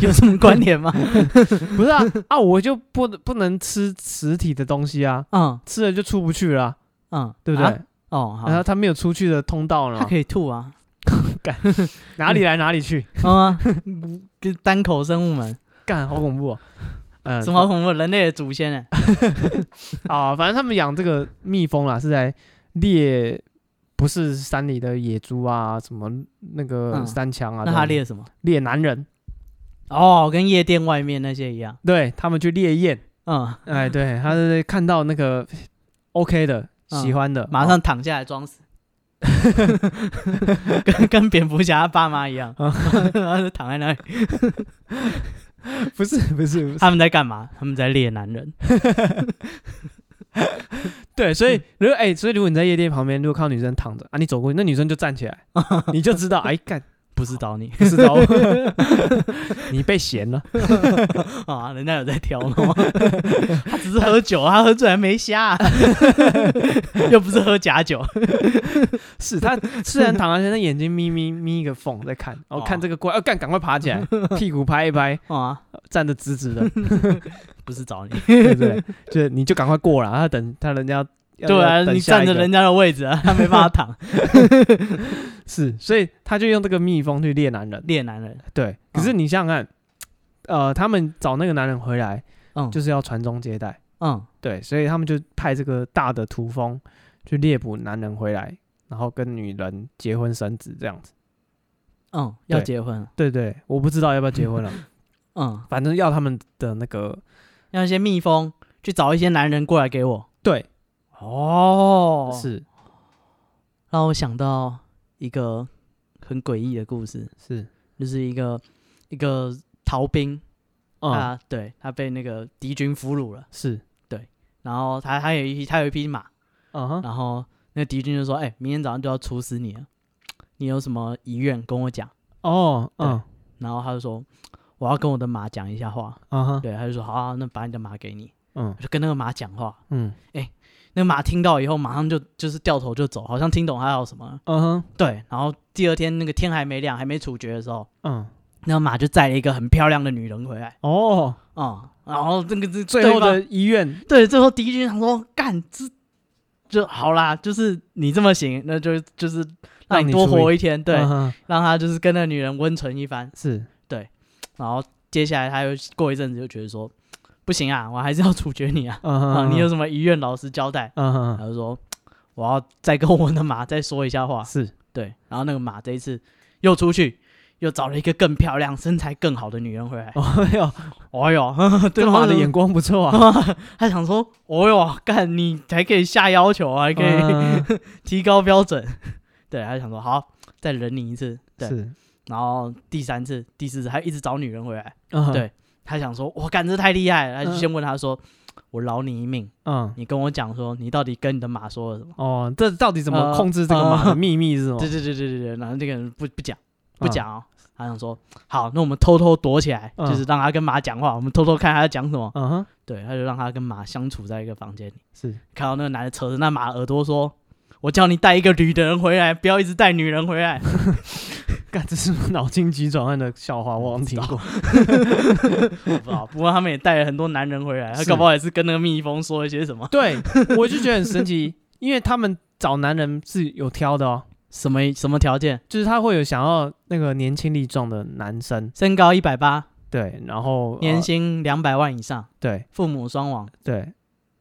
Speaker 1: 有什么关联吗？
Speaker 2: 不是啊啊，我就不不能吃实体的东西啊，
Speaker 1: 嗯
Speaker 2: 吃了就出不去了啊、
Speaker 1: 嗯，
Speaker 2: 对不对？
Speaker 1: 啊哦，
Speaker 2: 然后
Speaker 1: 好，
Speaker 2: 他没有出去的通道
Speaker 1: 他
Speaker 2: 了，
Speaker 1: 可以吐啊。
Speaker 2: 哪里来哪里去，
Speaker 1: 嗯啊，跟单口生物们，
Speaker 2: 干好恐怖哦。嗯，
Speaker 1: 什么恐怖？人类的祖先哎。
Speaker 2: 啊，反正他们养这个蜜蜂啊啦，是来猎，不是山里的野猪啊，什么那个
Speaker 1: 嗯
Speaker 2: 山枪啊，
Speaker 1: 那他猎什么？
Speaker 2: 猎男人，
Speaker 1: 哦，跟夜店外面那些一样。
Speaker 2: 对他们去猎雁，
Speaker 1: 嗯
Speaker 2: 哎，对，他是看到那个 OK 的，
Speaker 1: 嗯
Speaker 2: 喜欢的，
Speaker 1: 马
Speaker 2: 哦
Speaker 1: 上躺下来装死， 跟跟蝙蝠侠爸妈一样，
Speaker 2: 嗯
Speaker 1: 然后就躺在那里。
Speaker 2: 不是不是 不是，
Speaker 1: 他们在干嘛？他们在猎男人。
Speaker 2: 对，所
Speaker 1: 嗯
Speaker 2: 以如果哎、所以如果你在夜店旁边，如果看到女生躺着啊，你走过去，那女生就站起来，你就知道，哎干，
Speaker 1: 不是找你
Speaker 2: 不知道， 你被嫌了，
Speaker 1: 啊！人家有在挑吗？ 他只是喝酒，啊他喝醉还没瞎、啊 又不是喝假酒。
Speaker 2: 是 他虽然躺在那边，但眼睛眯眯眯一个缝在看，然后看这个怪，哦干，赶快爬 起来，屁股拍一拍，
Speaker 1: 啊，
Speaker 2: 站得直直的，
Speaker 1: 不是找你。
Speaker 2: 对不对？就是你就赶快过了，他等他人家 要
Speaker 1: 对啊，
Speaker 2: 要等
Speaker 1: 你
Speaker 2: 下
Speaker 1: 占
Speaker 2: 一
Speaker 1: 着
Speaker 2: 个
Speaker 1: 人家的位置 啊，他没办法躺。
Speaker 2: 是，所以他就用这个蜜蜂去猎男人，
Speaker 1: 猎男人，
Speaker 2: 对。可是你想想看，呃，他们找那个男人回来，
Speaker 1: 嗯，
Speaker 2: 就是要传宗接代。
Speaker 1: 嗯，
Speaker 2: 对，所以他们就派这个大的屠夫去猎捕男人回来，然后跟女人结婚生子这样子。
Speaker 1: 嗯，要
Speaker 2: 对
Speaker 1: 结婚了，
Speaker 2: 对对，我不知道要不要结婚 了，
Speaker 1: 嗯，
Speaker 2: 反正要他们的那个
Speaker 1: 让一些蜜蜂去找一些男人过来给我。
Speaker 2: 对，
Speaker 1: 哦
Speaker 2: 是
Speaker 1: 让我想到一个很诡异的故事，
Speaker 2: 是
Speaker 1: 就是一个一个逃兵
Speaker 2: 啊、
Speaker 1: 啊，他对他被那个敌军俘虏了，
Speaker 2: 是
Speaker 1: 然后他他有一匹他有一匹马，
Speaker 2: 啊哈
Speaker 1: 然后那个敌军就说：“哎、明天早上就要处死你了，你有什么遗愿跟我讲。
Speaker 2: 哦
Speaker 1: 对
Speaker 2: 嗯”
Speaker 1: 然后他就说：“我要跟我的马讲一下话。
Speaker 2: 啊哈”
Speaker 1: 对，他就说：“好、啊，那把你的马给你。”
Speaker 2: 嗯
Speaker 1: 我就跟那个马讲话，
Speaker 2: 嗯
Speaker 1: 那个马听到以后马上就就是掉头就走，好像听懂他要什么了。
Speaker 2: 嗯哼
Speaker 1: 对，然后第二天那个天还没亮，还没处决的时候，
Speaker 2: 嗯
Speaker 1: 那个马就载了一个很漂亮的女人回来，
Speaker 2: 哦，
Speaker 1: 啊、然后那个这
Speaker 2: 最后
Speaker 1: 对方
Speaker 2: 的遗愿
Speaker 1: 对最后敌军想说干这就好啦，就是你这么行，那就就是让
Speaker 2: 让
Speaker 1: 你
Speaker 2: 你
Speaker 1: 多
Speaker 2: 处理
Speaker 1: 活一天，对，
Speaker 2: 嗯哼
Speaker 1: 让他就是跟那女人温存一番，
Speaker 2: 是
Speaker 1: 然后接下来他又过一阵子就觉得说不行啊，我还是要处决你啊，
Speaker 2: 嗯
Speaker 1: 啊，
Speaker 2: 哼
Speaker 1: 你有什么遗愿老实交代，
Speaker 2: 嗯
Speaker 1: 他
Speaker 2: 哼
Speaker 1: 就说我要再跟我的马 再说一下话，
Speaker 2: 是
Speaker 1: 对，然后那个马这一次又出去。又找了一个更漂亮、身材更好的女人回来。
Speaker 2: 哦 哟，
Speaker 1: 哦哟， 对
Speaker 2: 这马的
Speaker 1: 方
Speaker 2: 眼光不错 啊，
Speaker 1: 他想说，哦哟，干你还可以下要求啊，还可以、
Speaker 2: 嗯
Speaker 1: 提高标准。 对，他就想说好，再忍你一次。对，
Speaker 2: 是
Speaker 1: 然后第三次、第四次，他一直找女人回来。
Speaker 2: 嗯哼
Speaker 1: 对他想说，我干这太厉害了，他就
Speaker 2: 嗯
Speaker 1: 先问他说，我饶你一命，
Speaker 2: 嗯。
Speaker 1: 你跟我讲说你到底跟你的马说了什么？
Speaker 2: 哦，这到底怎么
Speaker 1: 呃
Speaker 2: 控制这个马
Speaker 1: 呃
Speaker 2: 的秘密是什么？
Speaker 1: 对对对对对对，然后那个人不不讲不
Speaker 2: 哦嗯
Speaker 1: 讲哦。他想说，好，那我们偷偷躲起来，
Speaker 2: 嗯
Speaker 1: 就是让他跟马讲话，我们偷偷看他在讲什么。
Speaker 2: 嗯哼，
Speaker 1: 对，他就让他跟马相处在一个房间里。
Speaker 2: 是
Speaker 1: 看到那个男的扯着那马耳朵说：“我叫你带一个女的人回来，不要一直带女人回来。
Speaker 2: 干，这是脑筋急转弯的笑话，我好像听过。”
Speaker 1: 好不好？不过他们也带了很多男人回来，他
Speaker 2: 是
Speaker 1: 搞不好也是跟那个蜜蜂说一些什么
Speaker 2: 对，我就觉得很神奇，因为他们找男人是有挑的哦，
Speaker 1: 什么什么条件，
Speaker 2: 就是他会有想要那个年轻力壮的男生，
Speaker 1: 身高一百八，
Speaker 2: 对，然后呃
Speaker 1: 年薪两百万以上，
Speaker 2: 对
Speaker 1: 父母双亡。
Speaker 2: 对，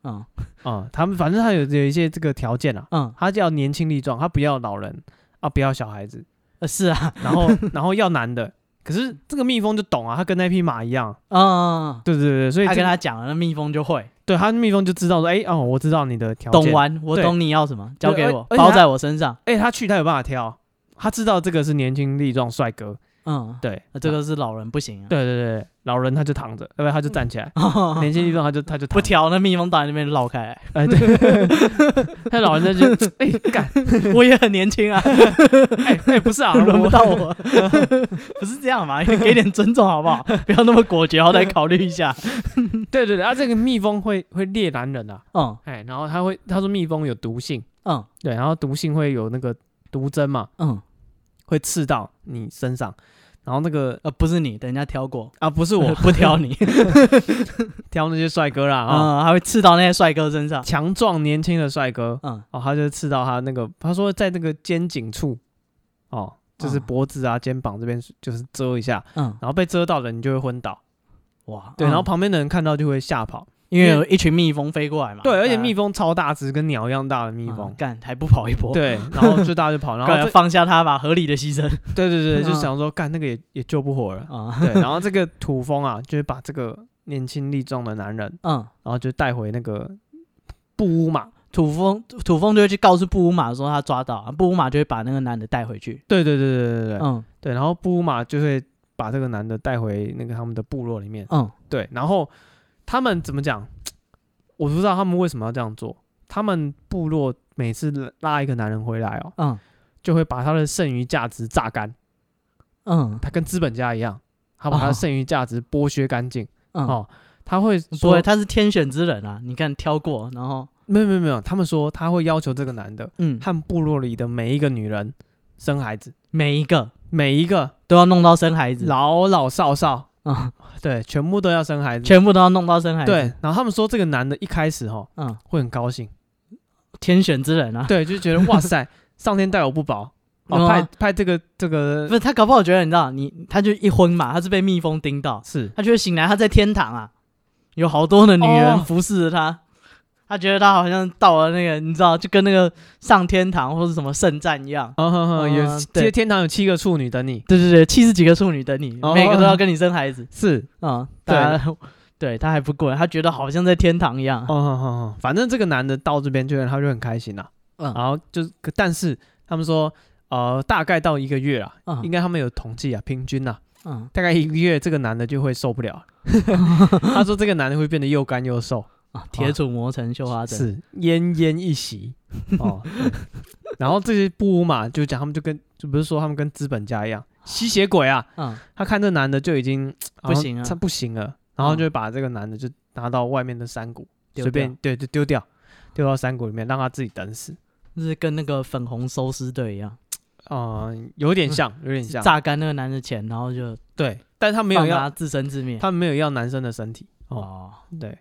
Speaker 1: 嗯
Speaker 2: 嗯，他们反正他有有一些这个条件啊，
Speaker 1: 嗯，
Speaker 2: 他就要年轻力壮，他不要老人啊，不要小孩 子，
Speaker 1: 呃是啊，
Speaker 2: 然后然后要男的。可是这个蜜蜂就懂啊，他跟那匹马一样，
Speaker 1: 嗯，
Speaker 2: 对对对，所以
Speaker 1: 他
Speaker 2: 这
Speaker 1: 跟他讲了，那蜜蜂就会
Speaker 2: 对他蜜蜂就知道说，哎、哦，我知道你的条件，
Speaker 1: 懂完，我
Speaker 2: 对
Speaker 1: 懂你要什么，交
Speaker 2: 对
Speaker 1: 给
Speaker 2: 而
Speaker 1: 我，
Speaker 2: 而且
Speaker 1: 包
Speaker 2: 他
Speaker 1: 在我身上。
Speaker 2: 哎、他去他有办法挑，他知道这个是年轻力壮帅哥，
Speaker 1: 嗯，
Speaker 2: 对，
Speaker 1: 那这个是老人不行啊，
Speaker 2: 对对对，对老人他就躺着，呃要不然他就站起来，
Speaker 1: 嗯
Speaker 2: 年轻力壮他就他就
Speaker 1: 不
Speaker 2: 躺着，
Speaker 1: 挑，那蜜蜂倒在那边绕开来，
Speaker 2: 哎对，那老人他就哎干
Speaker 1: 我也很 年轻啊。
Speaker 2: 哎哎不是啊，
Speaker 1: 轮不
Speaker 2: 我
Speaker 1: 到我， 不是这样嘛？给点尊重好 不好？不要那么果决，好歹考虑一下。
Speaker 2: 对对对，啊这个蜜蜂会会猎男人啊，
Speaker 1: 嗯
Speaker 2: 哎，然后他会他说蜜蜂有毒性，
Speaker 1: 嗯
Speaker 2: 对，然后毒性会有那个毒针嘛，
Speaker 1: 嗯，
Speaker 2: 会刺到你身上，然后那个
Speaker 1: 呃，不是你，等人家 挑过，
Speaker 2: 啊不是 我
Speaker 1: 不 挑你，
Speaker 2: 挑那些帅哥啦啊，
Speaker 1: 嗯，还会刺到那些帅哥身上。
Speaker 2: 强壮年轻的帅哥，
Speaker 1: 嗯
Speaker 2: 哦，他就刺到他那个，他说在那个肩颈处，哦，就是
Speaker 1: 嗯
Speaker 2: 脖子啊、肩膀这边就是遮一下，
Speaker 1: 嗯，
Speaker 2: 然后被遮到的你就会昏倒，
Speaker 1: 哇，
Speaker 2: 对，
Speaker 1: 嗯
Speaker 2: 然后旁边的人看到就会吓跑，
Speaker 1: 因为有一群蜜蜂飞过来嘛，嗯
Speaker 2: 对，而且蜜
Speaker 1: 蜂
Speaker 2: 蜂超大只，跟鸟一样大的蜜蜂，
Speaker 1: 啊干还不跑一波，，
Speaker 2: 对，然后就大家就跑，然后
Speaker 1: 快
Speaker 2: 这
Speaker 1: 放下他吧，合理的牺牲
Speaker 2: 对 对对，就
Speaker 1: 嗯
Speaker 2: 想说干那个也也救不活了，
Speaker 1: 啊，
Speaker 2: 对，然后这个土蜂啊，就是把这个年轻力壮的男人，
Speaker 1: 嗯，
Speaker 2: 然后就带回那个布屋嘛，
Speaker 1: 土风土风就会去告诉布乌马说他抓到，啊布乌马就会把那个男的带回去。
Speaker 2: 对对对对对对对、
Speaker 1: 嗯
Speaker 2: 对，然后布乌马就会把这个男的带回那个他们的部落里面，
Speaker 1: 嗯
Speaker 2: 对，然后他们怎么讲？我不知道他们为什么要这样做。他们部落每次拉拉一个男人回来哦，
Speaker 1: 嗯
Speaker 2: 就会把他的剩余价值榨干，
Speaker 1: 嗯
Speaker 2: 他跟资本家一样，他把他的
Speaker 1: 哦
Speaker 2: 剩余价值剥削干净
Speaker 1: 嗯，
Speaker 2: 哦。他会
Speaker 1: 不
Speaker 2: 说
Speaker 1: 会，，他是天选之人啊！你看挑过，然后
Speaker 2: 没有没有没有，他们说他会要求这个男的
Speaker 1: 嗯，
Speaker 2: 和部落里的每一个女人生孩子，
Speaker 1: 每一个
Speaker 2: 每一个
Speaker 1: 都要弄到生孩子，
Speaker 2: 老老少少，
Speaker 1: 嗯，
Speaker 2: 对，全部都要生孩子。
Speaker 1: 全部都要弄到生孩子。，
Speaker 2: 对，然后他们说这个男的一开始哈
Speaker 1: 嗯，
Speaker 2: 会很高兴，
Speaker 1: 天选之人啊！
Speaker 2: 对，就觉得哇 塞，上天待我不薄，
Speaker 1: 嗯
Speaker 2: 哦，
Speaker 1: 啊
Speaker 2: 派派这个这
Speaker 1: 不
Speaker 2: 个
Speaker 1: 是他搞不好觉得你知道，你他就一昏嘛，他是被蜜蜂叮到，
Speaker 2: 是
Speaker 1: 他觉得醒来他在天堂啊，有好多的女人
Speaker 2: 哦
Speaker 1: 服侍着他，他觉得他好像到了那个你知道，就跟那个上天堂或者什么圣战一样。
Speaker 2: 啊哈哈，有
Speaker 1: 嗯
Speaker 2: 其
Speaker 1: 对
Speaker 2: 实天堂有七个处女等你，
Speaker 1: 对对对，七十几个处女等你，
Speaker 2: 哦
Speaker 1: 每个都要跟你生孩子
Speaker 2: 是，
Speaker 1: 啊、嗯！大家 对他还不过来，他觉得好像在天堂一样。
Speaker 2: 哦哦哦，反正这个男的到这边就他就很开心啦，
Speaker 1: 嗯
Speaker 2: 然后就是可但是他们说呃大概到一个月啊，应
Speaker 1: 嗯
Speaker 2: 该他们有统计啊，平均啊，
Speaker 1: 嗯
Speaker 2: 大概一个月这个男的就会受不 了，他说这个男的会变得又干又瘦，
Speaker 1: 啊，铁杵磨成绣花针。
Speaker 2: 是奄奄一息哦。对然后这些布乌马就讲，他们就跟就不是说他们跟资本家一样吸血鬼啊，
Speaker 1: 嗯
Speaker 2: 他看这男的就已经
Speaker 1: 不行啊
Speaker 2: 他不行了，然后就会把这个男的就拿到外面的山谷，
Speaker 1: 丢
Speaker 2: 随便对就丢掉，丢到山谷里面，让他自己等死。
Speaker 1: 就是跟那个粉红收尸队一样，
Speaker 2: 嗯，有点像，有点像，
Speaker 1: 榨干那个男的钱，然后就
Speaker 2: 对，但他没有
Speaker 1: 让
Speaker 2: 要，
Speaker 1: 他自生自灭。
Speaker 2: 他没有要男生的身体哦，
Speaker 1: 哦，
Speaker 2: 对，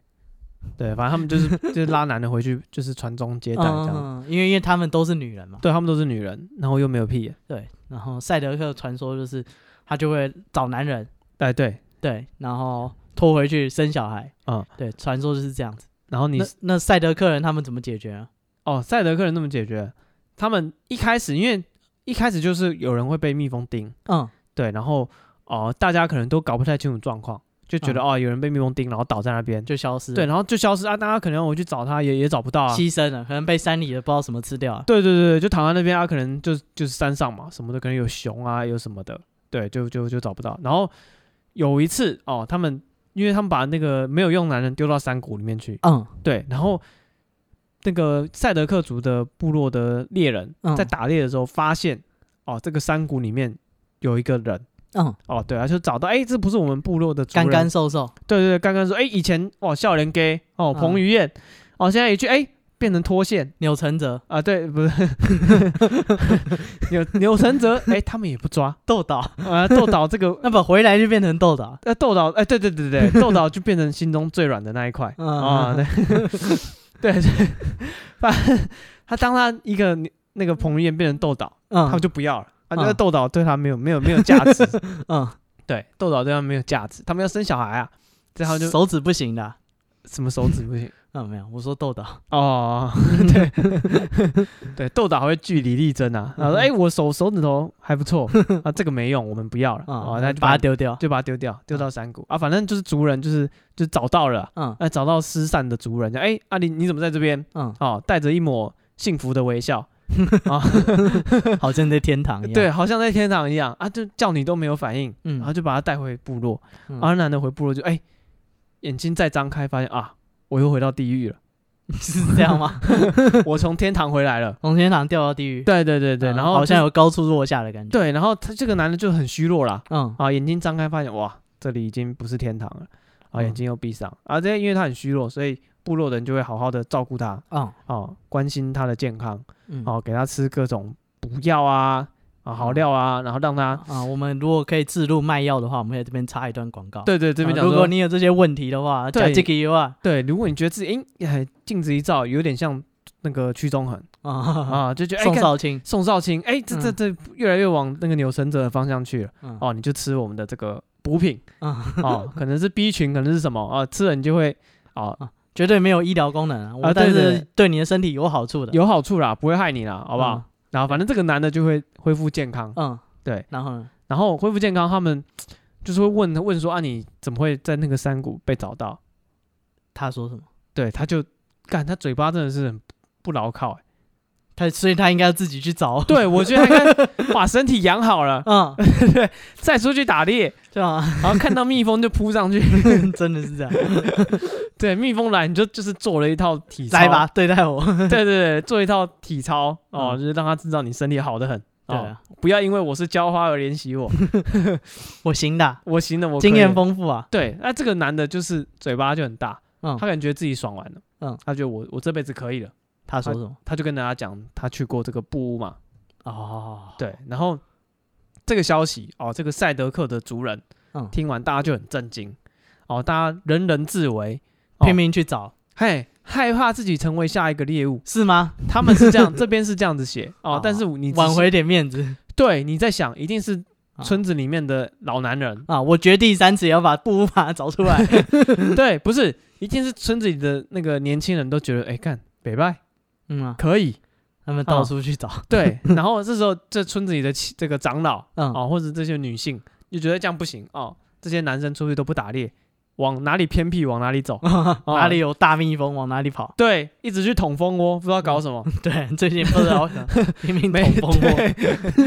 Speaker 2: 对，反正他们 就是就是拉男的回去，就是传宗接代这样，
Speaker 1: 嗯，因为因为他们都是女人嘛，
Speaker 2: 对他们都是女人，然后又没有屁眼，
Speaker 1: 对。然后赛德克传说就是他就会找男人，
Speaker 2: 哎对，
Speaker 1: 对，然后拖回去生小孩，
Speaker 2: 嗯，
Speaker 1: 对，传说就是这样子。
Speaker 2: 然后你
Speaker 1: 那那赛德克人他们怎么解决啊？
Speaker 2: 哦，赛德克人那么解决，他们一开始因为一开始就是有人会被蜜蜂叮，
Speaker 1: 嗯
Speaker 2: 对，然后哦、呃大家可能都搞不太清楚状况，就觉得、
Speaker 1: 嗯
Speaker 2: 哦有人被蜜蜂叮，然后倒在那边，
Speaker 1: 就消失了，
Speaker 2: 对，然后就消失啊，大家可能我去找他也也找不到啊，
Speaker 1: 牺牲了，可能被山里的不知道什么吃掉了。
Speaker 2: 对对对，对就躺在那边啊，可能就就是山上嘛，什么的，可能有熊啊，有什么的，对，就就就找不到。然后有一次哦，他们因为他们把那个没有用男人丢到山谷里面去，
Speaker 1: 嗯
Speaker 2: 对，然后那个赛德克族的部落的猎人
Speaker 1: 嗯
Speaker 2: 在打猎的时候发现，哦，这个山谷里面有一个人，
Speaker 1: 嗯，
Speaker 2: 哦，对啊，就找到，哎，这不是我们部落的族人
Speaker 1: 干干，瘦瘦，
Speaker 2: 对对对，干干说，哎，以前哦，笑脸 gay，哦，
Speaker 1: 嗯
Speaker 2: 彭于晏，哦，现在一句，哎，变成脱线
Speaker 1: 钮承泽，
Speaker 2: 啊，对，不 是钮钮承 泽，哎，他们也不抓，
Speaker 1: 豆岛，
Speaker 2: 啊，豆岛这个。
Speaker 1: 那不回来就变成豆岛。
Speaker 2: 呃，豆岛，哎、对对对 对，豆岛就变成心中最软的那一块。
Speaker 1: 嗯
Speaker 2: 啊、 对， 对，对，反正他当他一个那个彭于晏变成豆岛，
Speaker 1: 嗯，
Speaker 2: 他们就不要了，啊，
Speaker 1: 嗯
Speaker 2: 觉得豆岛对他没有没有没有价值，
Speaker 1: 嗯，
Speaker 2: 对，豆岛对他没有价值，他们要生小孩啊，这样他就
Speaker 1: 手指不行的啊。
Speaker 2: 什么手指不行
Speaker 1: 嗯，没有，我说豆岛。
Speaker 2: 哦，对 对，豆岛还会据理力争
Speaker 1: 嗯
Speaker 2: 啊，然后说哎、我手手指头还不 错啊，这个没用，我们不要了，哦，
Speaker 1: 嗯，
Speaker 2: 那就把它
Speaker 1: 那就把它丢 掉。
Speaker 2: 就把它丢掉，丢到山谷啊，反正就是族人就是就找到了啊。
Speaker 1: 嗯
Speaker 2: 哎，找到失散的族人，讲哎，阿、林，你怎么在这边？
Speaker 1: 嗯，
Speaker 2: 哦，带着一抹幸福的微 笑，啊，
Speaker 1: 好像在天堂一样。
Speaker 2: 对，啊好像在天堂一样啊，就叫你都没有反应，
Speaker 1: 嗯，
Speaker 2: 然后就把他带回部落，
Speaker 1: 嗯
Speaker 2: 然后男的回部落就哎、眼睛再张开，发现啊，我又回到地狱了，
Speaker 1: 是这样吗？
Speaker 2: 我从天堂回来了，
Speaker 1: 从天堂掉到地狱。
Speaker 2: 对对对对，
Speaker 1: 嗯
Speaker 2: 然后
Speaker 1: 好像
Speaker 2: 有
Speaker 1: 有高处落下的感觉。
Speaker 2: 对，然后他这个男的就很虚弱啦，
Speaker 1: 嗯
Speaker 2: 啊，眼睛张开发现哇，这里已经不是天堂了，啊，
Speaker 1: 嗯
Speaker 2: 眼睛又闭上，啊，这因为他很虚弱，所以部落的人就会好好的照顾他，
Speaker 1: 嗯
Speaker 2: 哦，关心他的健康。
Speaker 1: 嗯
Speaker 2: 哦，给他吃各种补药啊，啊好料啊，然后让他
Speaker 1: 啊，我们如果可以自入卖药的话，我们可以这边插一段广告。，
Speaker 2: 对对这边
Speaker 1: 啊
Speaker 2: 讲
Speaker 1: 如
Speaker 2: 说
Speaker 1: 果，你有这些问题的话，
Speaker 2: 对
Speaker 1: 讲这个的啊话，
Speaker 2: 对，如果你觉得自己哎镜子一照，有点像那个屈中恒
Speaker 1: 啊，
Speaker 2: 啊，就觉得哎
Speaker 1: 宋
Speaker 2: 看
Speaker 1: 少卿，
Speaker 2: 宋少卿，哎这这这越来越往那个扭绳者的方向去了
Speaker 1: 嗯
Speaker 2: 哦，你就吃我们的这个补品
Speaker 1: 啊，
Speaker 2: 哦，可能是 B 群，可能是什么啊，吃了你就会啊
Speaker 1: 绝对没有医疗功能啊，我
Speaker 2: 啊
Speaker 1: 但
Speaker 2: 对
Speaker 1: 是
Speaker 2: 对
Speaker 1: 对你的身体有好处的，
Speaker 2: 有好处啦，不会害你啦，好不好
Speaker 1: 嗯？
Speaker 2: 然后反正这个男的就会恢复健康，
Speaker 1: 嗯，
Speaker 2: 对，
Speaker 1: 然后呢，
Speaker 2: 然后恢复健康，他们就是会问问说啊，你怎么会在那个山谷被找到？
Speaker 1: 他说什么？
Speaker 2: 对，他就干，他嘴巴真的是很不牢靠、 欸。
Speaker 1: 他所以他应该自己去 找，
Speaker 2: 对，我觉得他应该把身体养好了，
Speaker 1: 嗯，
Speaker 2: 再出去打猎，
Speaker 1: 对啊，
Speaker 2: 然后看到蜜蜂就扑上去。
Speaker 1: 真的是这样，
Speaker 2: 对，蜜蜂来你就就是做了一套体操，
Speaker 1: 来吧，，对待我，
Speaker 2: 对对对，做一套体操哦，
Speaker 1: 嗯
Speaker 2: 就是让他知道你身体好的很。
Speaker 1: 对
Speaker 2: 哦，
Speaker 1: 啊，
Speaker 2: 不要因为我是浇花而怜惜我，
Speaker 1: 我行的，啊
Speaker 2: 我行了，我可以
Speaker 1: 经验
Speaker 2: 了
Speaker 1: 丰富啊，
Speaker 2: 对，那这个男的就是嘴巴就很大，
Speaker 1: 嗯
Speaker 2: 他，感觉得自己爽完了，
Speaker 1: 嗯
Speaker 2: 他觉得我我这辈子可以了，
Speaker 1: 他说什么？
Speaker 2: 他就跟大家讲他去过这个布屋嘛，
Speaker 1: 哦，
Speaker 2: 对，然后这个消息哦，这个赛德克的族人，
Speaker 1: 嗯
Speaker 2: 听完大家就很震惊，哦，大家人人自危，哦
Speaker 1: 拼命去找，
Speaker 2: 嘿，害怕自己成为下一个猎物，
Speaker 1: 是吗？
Speaker 2: 他们是这样，这 边是这样子写哦
Speaker 1: 哦，
Speaker 2: 但是你仔细
Speaker 1: 挽，回点面子
Speaker 2: 对，你在想一定是
Speaker 1: 啊
Speaker 2: 村子里面的老男 人，
Speaker 1: 啊！我决定三次也要把布把它找出来，
Speaker 2: 对，不是，一定是村子里的那个年轻人都觉得，哎，看北拜
Speaker 1: 嗯啊，
Speaker 2: 可以。
Speaker 1: 他们到处去找，
Speaker 2: 对，然后这时候这村子里的其这个长老
Speaker 1: 嗯，，
Speaker 2: 哦，或者这些女性就觉得这样不行哦，这些男生出去都不打猎，往哪里偏僻往哪里走
Speaker 1: 哪里有大蜜蜂往哪里跑。
Speaker 2: 对，一直去捅蜂窝，不知道搞什么，
Speaker 1: 对，最近不知道为什么拼命捅
Speaker 2: 没
Speaker 1: 蜂 窝，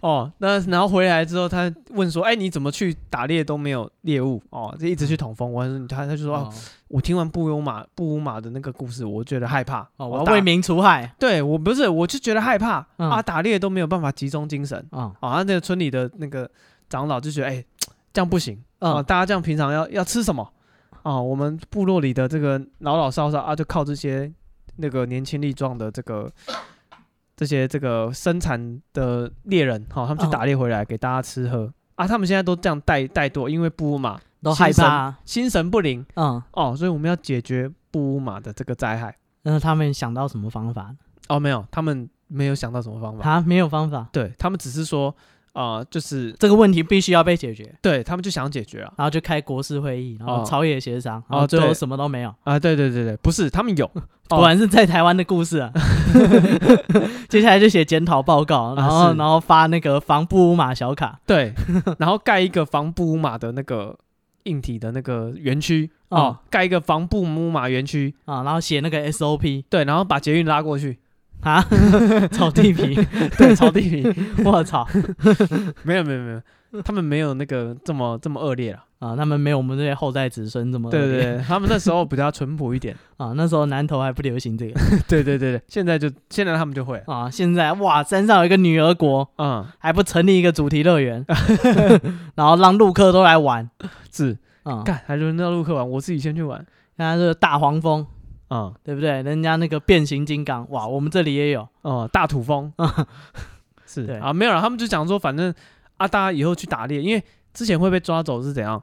Speaker 2: 哦，那然后回来之后，他问说，哎，你怎么去打猎都没有猎物哦，就一直
Speaker 1: 嗯
Speaker 2: 去捅蜂窝，他他就说，哦
Speaker 1: 哦
Speaker 2: 我听完布乌马布乌马的那个故事，我觉得害怕，
Speaker 1: 哦，我要
Speaker 2: 打
Speaker 1: 为民除害
Speaker 2: 对我不是，我就觉得害怕、
Speaker 1: 嗯
Speaker 2: 啊，打猎都没有办法集中精神。
Speaker 1: 啊，
Speaker 2: 哦，那那个村里的那个长老就觉得，哎、这样不行啊、哦
Speaker 1: 嗯
Speaker 2: 大家这样平常要要吃什么啊、哦我们部落里的这个老老少少啊，就靠这些那个年轻力壮的这个这些这个生产的猎人，好、他们去
Speaker 1: 嗯
Speaker 2: 打猎回来给大家吃喝啊，他们现在都这样怠怠惰，因为布乌马
Speaker 1: 都害怕啊，
Speaker 2: 心神不宁
Speaker 1: 嗯，
Speaker 2: 哦，所以我们要解决布乌马的这个灾害
Speaker 1: 那他们想到什么方法？
Speaker 2: 哦，没有，他们没有想到什么方法，
Speaker 1: 他没有方法，
Speaker 2: 对他们只是说啊、就是
Speaker 1: 这个问题必须要被解决，
Speaker 2: 对他们就想解决啊。
Speaker 1: 然后就开国事会议，然后
Speaker 2: 哦
Speaker 1: 朝野协商，然
Speaker 2: 哦
Speaker 1: 后最后
Speaker 2: 对
Speaker 1: 什么都没有，
Speaker 2: 啊，对对对对，不是，他们 有，哦
Speaker 1: 果然是在台湾的故事 啊。接下来就写检讨报告，然后
Speaker 2: 是
Speaker 1: 然后发那个防布马小卡，
Speaker 2: 对，然后盖一个防布乌马的那个硬体的那个园区
Speaker 1: 哦
Speaker 2: 哦，盖一个防布乌马园区，
Speaker 1: 啊，然后写那个 SOP
Speaker 2: 对，然后把捷运拉过去，
Speaker 1: 啊，炒地皮，
Speaker 2: 对，朝地平，
Speaker 1: 我操
Speaker 2: 没有没有没有，他们没有那个这么这么恶劣了，
Speaker 1: 啊！他们没有我们这些后代子孙这么恶
Speaker 2: 对
Speaker 1: 劣
Speaker 2: 对对，他们那时候比较淳朴一点，
Speaker 1: 啊，那时候南投还不流行这个
Speaker 2: 对对对对，现在就现在他们就会了，
Speaker 1: 啊，现在哇，山上有一个女儿国，
Speaker 2: 嗯，
Speaker 1: 还不成立一个主题 乐园，然后让陆客都来玩
Speaker 2: 是，
Speaker 1: 啊，
Speaker 2: 干还轮到陆客玩，我自己先去玩，
Speaker 1: 那这个大黄蜂，
Speaker 2: 啊、
Speaker 1: 对不对？人家那个变形金刚，哇，我们这里也有，
Speaker 2: 哦、大土风，是
Speaker 1: 对
Speaker 2: 啊，没有了。他们就讲说，反正啊，大家以后去打猎，因为之前会被抓走是怎样？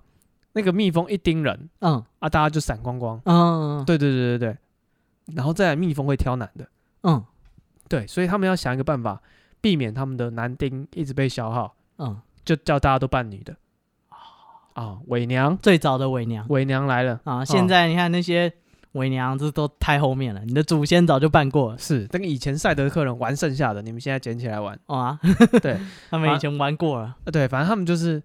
Speaker 2: 那个蜜蜂一叮人
Speaker 1: 嗯
Speaker 2: 啊，大家就闪光光。
Speaker 1: 嗯
Speaker 2: 对对对对对，然后再来蜜蜂会挑男的，
Speaker 1: 嗯
Speaker 2: 对，所以他们要想一个办法，避免他们的男丁一直被消耗，
Speaker 1: 嗯，
Speaker 2: 就叫大家都扮女的。啊，伪娘，
Speaker 1: 最早的伪娘
Speaker 2: 伪娘来了，
Speaker 1: 啊，现在你看那些伪娘，这都太后面了，你的祖先早就办过了。
Speaker 2: 是那个以前赛德克人玩剩下的，你们现在捡起来玩。
Speaker 1: 哦啊，
Speaker 2: 对，
Speaker 1: 他们以前玩过了，
Speaker 2: 啊，对，反正他们就是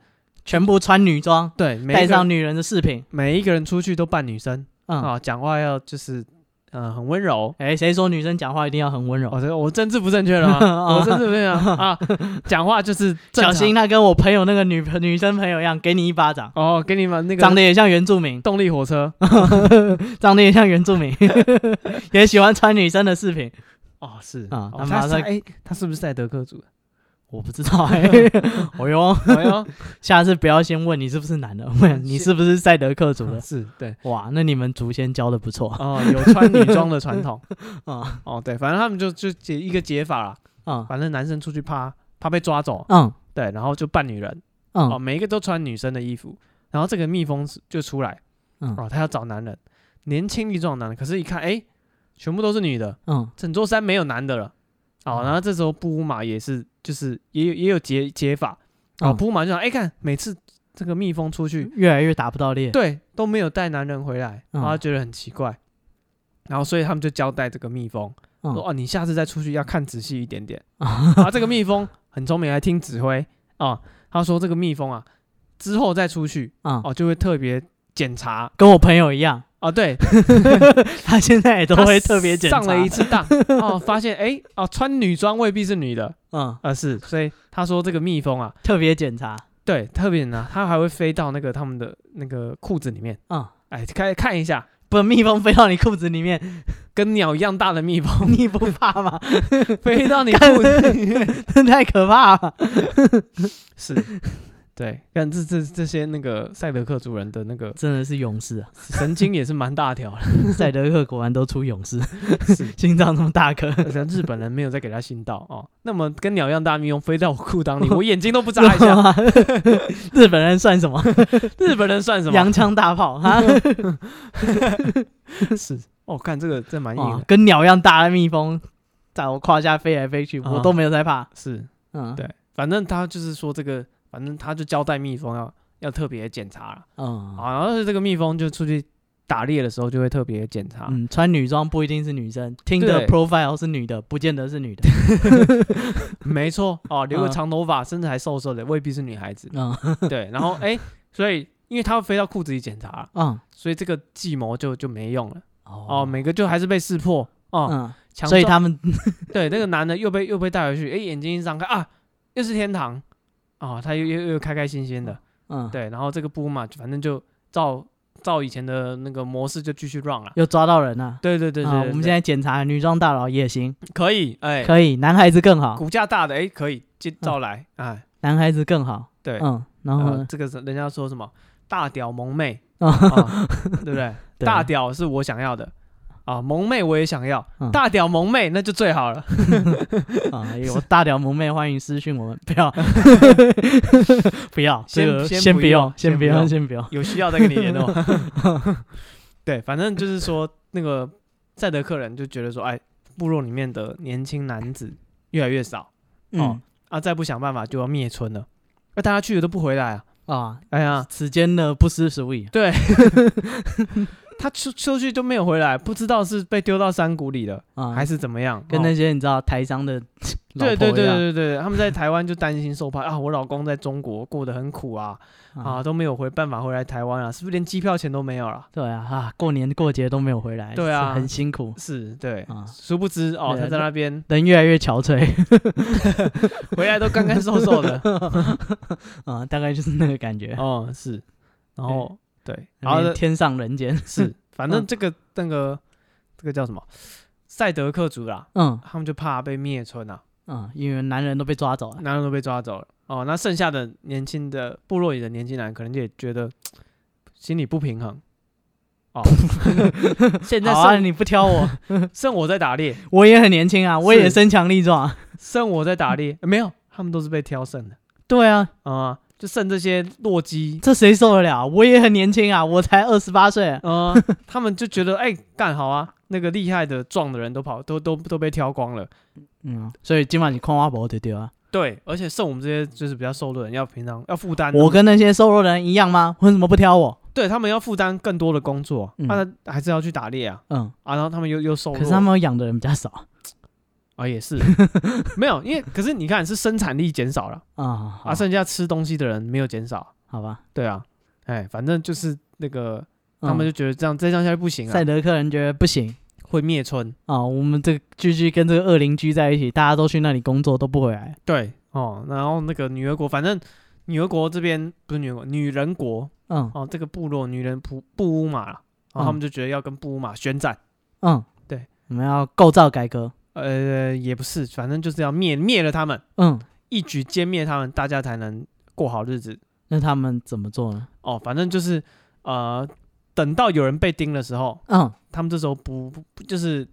Speaker 1: 全部穿女装，
Speaker 2: 对，每一
Speaker 1: 带
Speaker 2: 个
Speaker 1: 上女人的饰品。
Speaker 2: 每一个人出去都扮女生。
Speaker 1: 嗯，
Speaker 2: 啊，讲话要就是呃很温柔。
Speaker 1: 哎，谁说女生讲话一定要很温柔？
Speaker 2: 哦，这个我政治不正确了 吗？我政治不正确了啊，讲话就是正
Speaker 1: 哦小
Speaker 2: 常
Speaker 1: 心他跟我朋友那个女朋女生朋友一样，给你一巴掌。
Speaker 2: 哦，给你们那
Speaker 1: 长
Speaker 2: 个
Speaker 1: 得也像原住民，
Speaker 2: 动力火车
Speaker 1: 嗯长得也像原住民， 也喜欢穿女生的饰品。
Speaker 2: 哦，是
Speaker 1: 啊
Speaker 2: 哦
Speaker 1: 他
Speaker 2: 他
Speaker 1: 马
Speaker 2: 是
Speaker 1: 上
Speaker 2: 哎，他是不是赛德克族的？啊
Speaker 1: 我不知道哎、 哎呦，
Speaker 2: 哎呦，
Speaker 1: 下次不要先问你是不是男
Speaker 2: 嗯
Speaker 1: 的，问你是不是赛德克族的。
Speaker 2: 是对
Speaker 1: 哇，那你们祖先教的不错
Speaker 2: 哦，有穿女装的传 统
Speaker 1: 啊
Speaker 2: 哦，对，反正他们就就解一个解法啦，
Speaker 1: 啊
Speaker 2: 反正男生出去怕怕被抓走，
Speaker 1: 嗯
Speaker 2: 对，然后就扮女人哦，
Speaker 1: 嗯
Speaker 2: 每一个都穿女生的衣服，然后这个蜜蜂就出来
Speaker 1: 嗯
Speaker 2: 哦，他要找男人，年轻力壮的男人，可是一看哎，全部都是女的，
Speaker 1: 嗯
Speaker 2: 整座山没有男的了。哦，
Speaker 1: 嗯
Speaker 2: 然后这时候布乌马也是，就是也有也有解解法。哦，
Speaker 1: 嗯
Speaker 2: 布乌马就想，哎，看每次这个蜜蜂出去，
Speaker 1: 越来越打不到猎。
Speaker 2: 对，都没有带男人回来，
Speaker 1: 嗯
Speaker 2: 然后他觉得很奇怪。然后所以他们就交代这个蜜蜂，
Speaker 1: 嗯
Speaker 2: 说哦，你下次再出去要看仔细一点点。 啊，这个蜜蜂很聪明，还听指挥哦。他说这个蜜蜂啊，之后再出去
Speaker 1: 嗯，
Speaker 2: 哦，就会特别检查。
Speaker 1: 跟我朋友一样，
Speaker 2: 哦，对，
Speaker 1: 他现在也都
Speaker 2: 他
Speaker 1: 会特别检查。
Speaker 2: 上了一次当，哦，发现哎，哦，穿女装未必是女的，
Speaker 1: 嗯，
Speaker 2: 啊是，所以他说这个蜜蜂啊，
Speaker 1: 特别检查。
Speaker 2: 对，特别呢，它还会飞到那个他们的那个裤子里面，
Speaker 1: 嗯，
Speaker 2: 哎，看看一下，
Speaker 1: 不，蜜蜂飞到你裤子里面，
Speaker 2: 跟鸟一样大的 蜜蜂
Speaker 1: 你不怕吗？
Speaker 2: 飞到你裤子里面，
Speaker 1: 太可怕了。
Speaker 2: 是，对，看这这这些那个赛德克族人的那个
Speaker 1: 真的是勇士啊！
Speaker 2: 神经也是蛮大条的，
Speaker 1: 赛德克果然都出勇士，
Speaker 2: 是，
Speaker 1: 心脏那么大颗，
Speaker 2: 而且日本人没有再给他心到哦，那么跟鸟一样大的蜜蜂飞到我裤裆 里，我眼睛都不眨一下，
Speaker 1: 日本人算什么？
Speaker 2: 日本人算什么？
Speaker 1: 洋枪大炮 哈，
Speaker 2: 是，哦，看这个这蛮硬
Speaker 1: 哦
Speaker 2: 的，
Speaker 1: 跟鸟一样大的蜜蜂在我胯下飞来飞去，
Speaker 2: 啊
Speaker 1: 我都没有在怕。
Speaker 2: 是，
Speaker 1: 嗯，
Speaker 2: 对，反正他就是说这个，反正他就交代蜜蜂要要特别检查了。
Speaker 1: 嗯
Speaker 2: 啊，然后这个蜜蜂就出去打猎的时候就会特别检查，
Speaker 1: 嗯，穿女装不一定是女生，听
Speaker 2: 对
Speaker 1: 的 profile 是女的，不见得是女的。
Speaker 2: 没错哦，留个
Speaker 1: 嗯。
Speaker 2: 长头发，身材瘦瘦的，未必是女孩子
Speaker 1: 嗯
Speaker 2: 对，然后哎、所以因为它飞到裤子里检查，
Speaker 1: 嗯，
Speaker 2: 所以这个计谋就就没用了哦，
Speaker 1: 哦，
Speaker 2: 每个就还是被识破哦。
Speaker 1: 嗯，
Speaker 2: 强
Speaker 1: 所以
Speaker 2: 壮
Speaker 1: 他们
Speaker 2: 对那个男的又被又被带回去，哎、眼睛一张开啊，又是天堂哦，他又又又开开心心的，
Speaker 1: 嗯，
Speaker 2: 对，然后这个布嘛，反正就照照以前的那个模式就继续 run 了。
Speaker 1: 又抓到人了。
Speaker 2: 对对对对
Speaker 1: 啊，
Speaker 2: 对
Speaker 1: 我们
Speaker 2: 对
Speaker 1: 现在检查女装大佬也行，
Speaker 2: 可以，哎、
Speaker 1: 可以，男孩子更好，
Speaker 2: 骨架大的，哎、可以接照来，哎、
Speaker 1: 男孩子更好。
Speaker 2: 对，呃
Speaker 1: 嗯，然
Speaker 2: 然
Speaker 1: 后
Speaker 2: 后
Speaker 1: 呢
Speaker 2: 这个是人家说什么大屌萌 妹，
Speaker 1: 哦
Speaker 2: 啊对不对？
Speaker 1: 对
Speaker 2: 大屌是我想要的。啊，萌妹我也想要，
Speaker 1: 嗯
Speaker 2: 大屌萌妹那就最好了。
Speaker 1: 啊，有大屌萌妹欢迎私讯我们，不 要，不要，这
Speaker 2: 先
Speaker 1: 个
Speaker 2: 先
Speaker 1: 先
Speaker 2: 不
Speaker 1: 不
Speaker 2: 用
Speaker 1: 用，先
Speaker 2: 先
Speaker 1: 不
Speaker 2: 不
Speaker 1: 用，
Speaker 2: 用
Speaker 1: 先不用。
Speaker 2: 有需要再跟你联络。对，反正就是说，那个赛德克人就觉得说，哎，部落里面的年轻男子越来越少
Speaker 1: 嗯
Speaker 2: 啊，再不想办法就要灭村了。那大家去了都不回来啊！
Speaker 1: 啊，
Speaker 2: 哎呀，
Speaker 1: 此间呢不思蜀矣。
Speaker 2: 对，他出出去就没有回来，不知道是被丢到山谷里了，
Speaker 1: 啊，
Speaker 2: 还是怎么样？
Speaker 1: 跟
Speaker 2: 哦
Speaker 1: 那些你知道台商的老
Speaker 2: 对对
Speaker 1: 婆一
Speaker 2: 对
Speaker 1: 样
Speaker 2: 对对对，他们在台湾就担心受怕啊，我老公在中国过得很苦啊啊，
Speaker 1: 啊，
Speaker 2: 都没有回办法回来台湾啊，是不是连机票钱都没有了？
Speaker 1: 对啊啊，过年过节都没有回来，
Speaker 2: 对啊
Speaker 1: 是很辛苦，
Speaker 2: 是，对
Speaker 1: 啊，
Speaker 2: 殊不知哦，
Speaker 1: 对
Speaker 2: 他在那边
Speaker 1: 人越来越憔悴
Speaker 2: 回来都干干瘦瘦的，
Speaker 1: 啊，大概就是那个感觉，
Speaker 2: 哦是，然后对，然
Speaker 1: 然
Speaker 2: 后
Speaker 1: 后天上人间，
Speaker 2: 是，反正
Speaker 1: 嗯
Speaker 2: 这个那个这个叫什么赛德克族啦，
Speaker 1: 嗯
Speaker 2: 他们就怕被灭村啊，
Speaker 1: 嗯，因为男人都被抓走了，
Speaker 2: 男人都被抓走了。哦，那剩下的年轻的部落里的年轻男，可能就也觉得心里不平衡。 哦， 现在
Speaker 1: 好
Speaker 2: 剩、
Speaker 1: 啊，你不挑我，
Speaker 2: 剩我在打猎，
Speaker 1: 我也很年轻啊，我也
Speaker 2: 是
Speaker 1: 身强力壮啊，
Speaker 2: 剩我在打猎，没有，他们都是被挑剩的
Speaker 1: 对啊，
Speaker 2: 啊、就剩这些洛基。
Speaker 1: 这谁受得了？我也很年轻啊，我才二十八岁啊。
Speaker 2: 啊， 他们就觉得，哎、干好啊，那个厉害的、壮的人都跑，都都都被挑光了。
Speaker 1: 嗯，所以今晚你看我不对对啊。
Speaker 2: 对，而且剩我们这些就是比较瘦弱的人，要平常要负担。哦
Speaker 1: 我跟那些瘦弱的人一样吗？为什么不挑我？
Speaker 2: 对他们要负担更多的工作，啊
Speaker 1: 嗯
Speaker 2: 那、还是要去打猎啊
Speaker 1: 嗯，
Speaker 2: 啊！然后他们又又瘦弱，
Speaker 1: 可是他们养的人比较少
Speaker 2: 啊，也是， 没有，因为可是你看是生产力减少了
Speaker 1: 啊。
Speaker 2: 啊，
Speaker 1: 是
Speaker 2: 剩下吃东西的人没有减少，
Speaker 1: 好吧，
Speaker 2: 对啊，哎，反正就是那个
Speaker 1: 嗯
Speaker 2: 他们就觉得这样再这样下去不行
Speaker 1: 赛
Speaker 2: 啊，
Speaker 1: 德克人觉得不行
Speaker 2: 会灭村，
Speaker 1: 啊。我们这个居居跟这个恶邻居在一起，大家都去那里工作都不回来。
Speaker 2: 对哦，然后那个女儿国，反正女儿国这边不是女儿国，女人国
Speaker 1: 嗯
Speaker 2: 哦，这个部落女人布布乌马啦，然
Speaker 1: 嗯
Speaker 2: 后他们就觉得要跟布乌马宣战，
Speaker 1: 嗯，
Speaker 2: 对，
Speaker 1: 我们要构造改革。
Speaker 2: 呃，也不是，反正就是要灭灭了他们，
Speaker 1: 嗯，
Speaker 2: 一举歼灭他们，大家才能过好日子，
Speaker 1: 那他们怎么做呢？
Speaker 2: 哦，反正就是呃，等到有人被盯的时候，
Speaker 1: 嗯，
Speaker 2: 他们这时候不不就是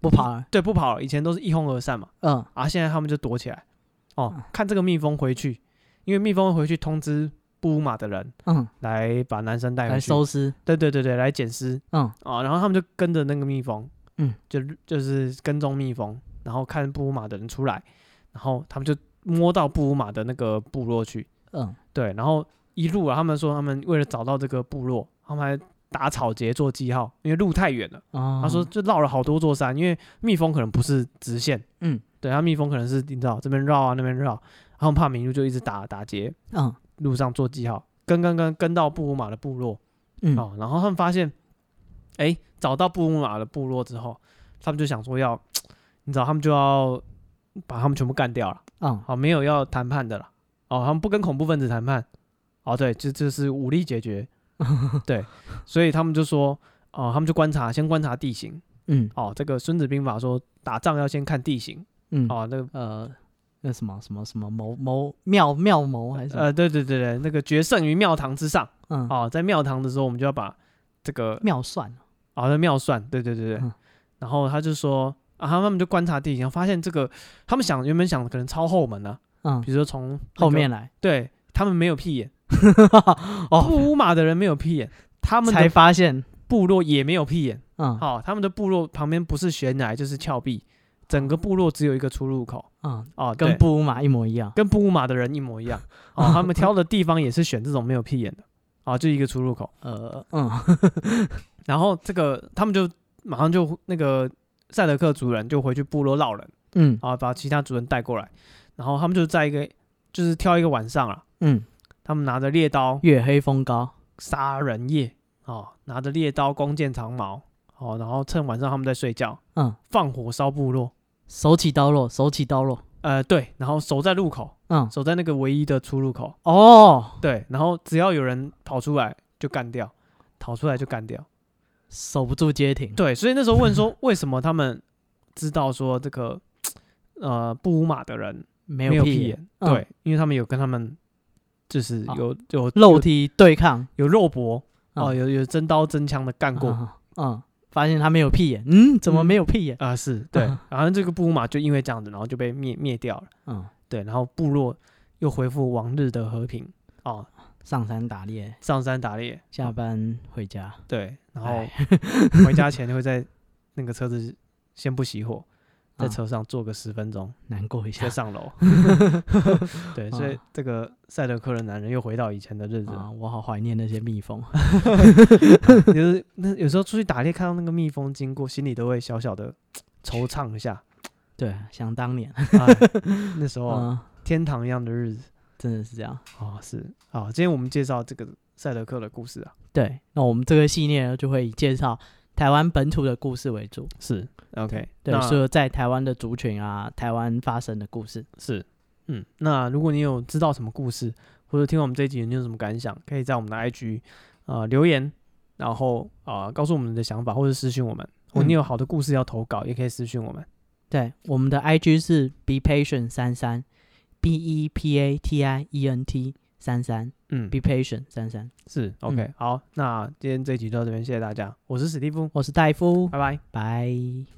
Speaker 1: 不跑了。
Speaker 2: 对不跑了，以前都是一哄而散嘛，
Speaker 1: 嗯
Speaker 2: 啊，现在他们就躲起来，哦
Speaker 1: 嗯，
Speaker 2: 看这个蜜蜂回去，因为蜜蜂会回去通知布乌马的人
Speaker 1: 嗯，
Speaker 2: 来把男生带
Speaker 1: 来
Speaker 2: 回去，
Speaker 1: 收尸。
Speaker 2: 对对对对，来捡尸
Speaker 1: 嗯
Speaker 2: 啊、哦，然后他们就跟着那个蜜蜂，
Speaker 1: 嗯，
Speaker 2: 就就是跟踪蜜蜂，然后看布乌马的人出来，然后他们就摸到布乌马的那个部落去，
Speaker 1: 嗯
Speaker 2: 对，然后一路啊，他们说他们为了找到这个部落，他们还打草节做记号，因为路太远了。
Speaker 1: 哦，
Speaker 2: 他说就绕了好多座山，因为蜜蜂可能不是直线，
Speaker 1: 嗯，
Speaker 2: 对，它蜜蜂可能是你知道这边绕啊那边绕，他们怕迷路就一直打打结，
Speaker 1: 嗯
Speaker 2: 路上做记号，跟跟跟跟到布鲁马的部落
Speaker 1: 嗯
Speaker 2: 哦，然后他们发现哎、找到布鲁马的部落之后，他们就想说要，你知道他们就要把他们全部干掉了。
Speaker 1: 嗯，
Speaker 2: 好，没有要谈判的了。哦，他们不跟恐怖分子谈判。哦，对，这这是武力解 决。对，所以他们就说，哦，他们就观察，先观察地形。
Speaker 1: 嗯
Speaker 2: 哦，这个《孙子兵法》说，打仗要先看地形。
Speaker 1: 嗯，
Speaker 2: 哦，那个，
Speaker 1: 呃，那什么什么什么谋谋妙妙谋还是什么
Speaker 2: 呃，对对对对，那个决胜于庙堂之上。
Speaker 1: 嗯
Speaker 2: 哦，在庙堂的时候，我们就要把这个
Speaker 1: 妙算啊
Speaker 2: 哦，那妙算，对对对对。
Speaker 1: 嗯
Speaker 2: 然后他就说，啊，他们就观察地形，发现这个，他们想原本想可能抄后门呢、
Speaker 1: 嗯
Speaker 2: 比如说从那个、
Speaker 1: 后面来
Speaker 2: 对他们没有屁眼，
Speaker 1: 哦，
Speaker 2: 布乌马的人没有屁眼，他们
Speaker 1: 才
Speaker 2: 的
Speaker 1: 发现
Speaker 2: 部落也没有屁眼，
Speaker 1: 嗯
Speaker 2: 哦，他们的部落旁边不是悬崖就是峭壁，整个部落只有一个出入口，
Speaker 1: 嗯，
Speaker 2: 哦，
Speaker 1: 跟
Speaker 2: 对
Speaker 1: 布鲁马一模一样，
Speaker 2: 跟布乌马的人一模一样， 哦，他们挑的地方也是选这种没有屁眼的，哦，就一个出入口，
Speaker 1: 呃嗯
Speaker 2: 然后这个他们就马上就那个赛德克族人就回去部落闹人，
Speaker 1: 嗯
Speaker 2: 啊，把其他族人带过来，然后他们就在一个就是挑一个晚上啊，
Speaker 1: 嗯，
Speaker 2: 他们拿着猎刀
Speaker 1: 月黑风高，
Speaker 2: 杀人夜哦，拿着猎刀、弓箭、长矛哦，然后趁晚上他们在睡觉，
Speaker 1: 嗯，
Speaker 2: 放火烧部落。
Speaker 1: 手起刀落，手起刀落，
Speaker 2: 呃，对，然后守在路口，
Speaker 1: 嗯
Speaker 2: 守在那个唯一的出入口，
Speaker 1: 哦，
Speaker 2: 对，然后只要有人跑出来就干掉，逃出来就干掉。
Speaker 1: 守不住街亭，
Speaker 2: 对，所以那时候问说，为什么他们知道说这个呃布乌马的人
Speaker 1: 没
Speaker 2: 没
Speaker 1: 有
Speaker 2: 有
Speaker 1: 屁
Speaker 2: 屁
Speaker 1: 眼，
Speaker 2: 眼？
Speaker 1: 嗯
Speaker 2: 对，因为他们有跟他们就是
Speaker 1: 啊
Speaker 2: 有有
Speaker 1: 肉
Speaker 2: 有
Speaker 1: 体对抗
Speaker 2: 有肉搏哦，
Speaker 1: 嗯
Speaker 2: 有有真刀真枪的干过
Speaker 1: 嗯嗯，发现他没有屁眼，嗯，怎么
Speaker 2: 嗯
Speaker 1: 没有屁眼？
Speaker 2: 啊，是对
Speaker 1: 嗯，
Speaker 2: 然后这个布马就因为这样子，然后就被灭灭掉了，
Speaker 1: 嗯，
Speaker 2: 对，然后部落又恢复往日的和平哦，
Speaker 1: 上山打猎，
Speaker 2: 上山打猎，
Speaker 1: 下班回家，
Speaker 2: 对，然
Speaker 1: 哎
Speaker 2: 后回 家前就会在那个车子先不熄火，在
Speaker 1: 啊
Speaker 2: 车上坐个十分 钟，
Speaker 1: 难过一下
Speaker 2: 再上 楼，对，所以
Speaker 1: 啊
Speaker 2: 这个赛德克的男人又回到以前的日子，
Speaker 1: 啊！我好怀念那些蜜蜂，
Speaker 2: 就是那 有时候出去打猎看到那个蜜蜂经过，心里都会小小的惆怅一 下，
Speaker 1: 对，想当年，
Speaker 2: 哎 那时候啊
Speaker 1: 嗯，
Speaker 2: 天堂一样的日子。
Speaker 1: 真的是这样。
Speaker 2: 哦，是啊、哦，今天我们介绍这个赛德克的故事啊，
Speaker 1: 对，那我们这个系列呢，就会以介绍台湾本土的故事为主，
Speaker 2: 是 OK，
Speaker 1: 对，
Speaker 2: 那
Speaker 1: 是在台湾的族群啊，台湾发生的故事。
Speaker 2: 是，嗯，那如果你有知道什么故事，或者听完我们这一集你有什么感想，可以在我们的 IG 呃留言，然后啊、呃告诉我们你的想法，或者私讯我们，或你
Speaker 1: 嗯
Speaker 2: 有好的故事要投稿，也可以私讯我们。
Speaker 1: 对，我们的 IG 是 be patient 三三，b e p a t i e n t 三三
Speaker 2: 嗯
Speaker 1: ，be，patient 三三。
Speaker 2: 是 OK，、好，那今天这一集就到这边，谢谢大家，我是史蒂夫，
Speaker 1: 我是戴夫，
Speaker 2: 拜拜。
Speaker 1: 拜。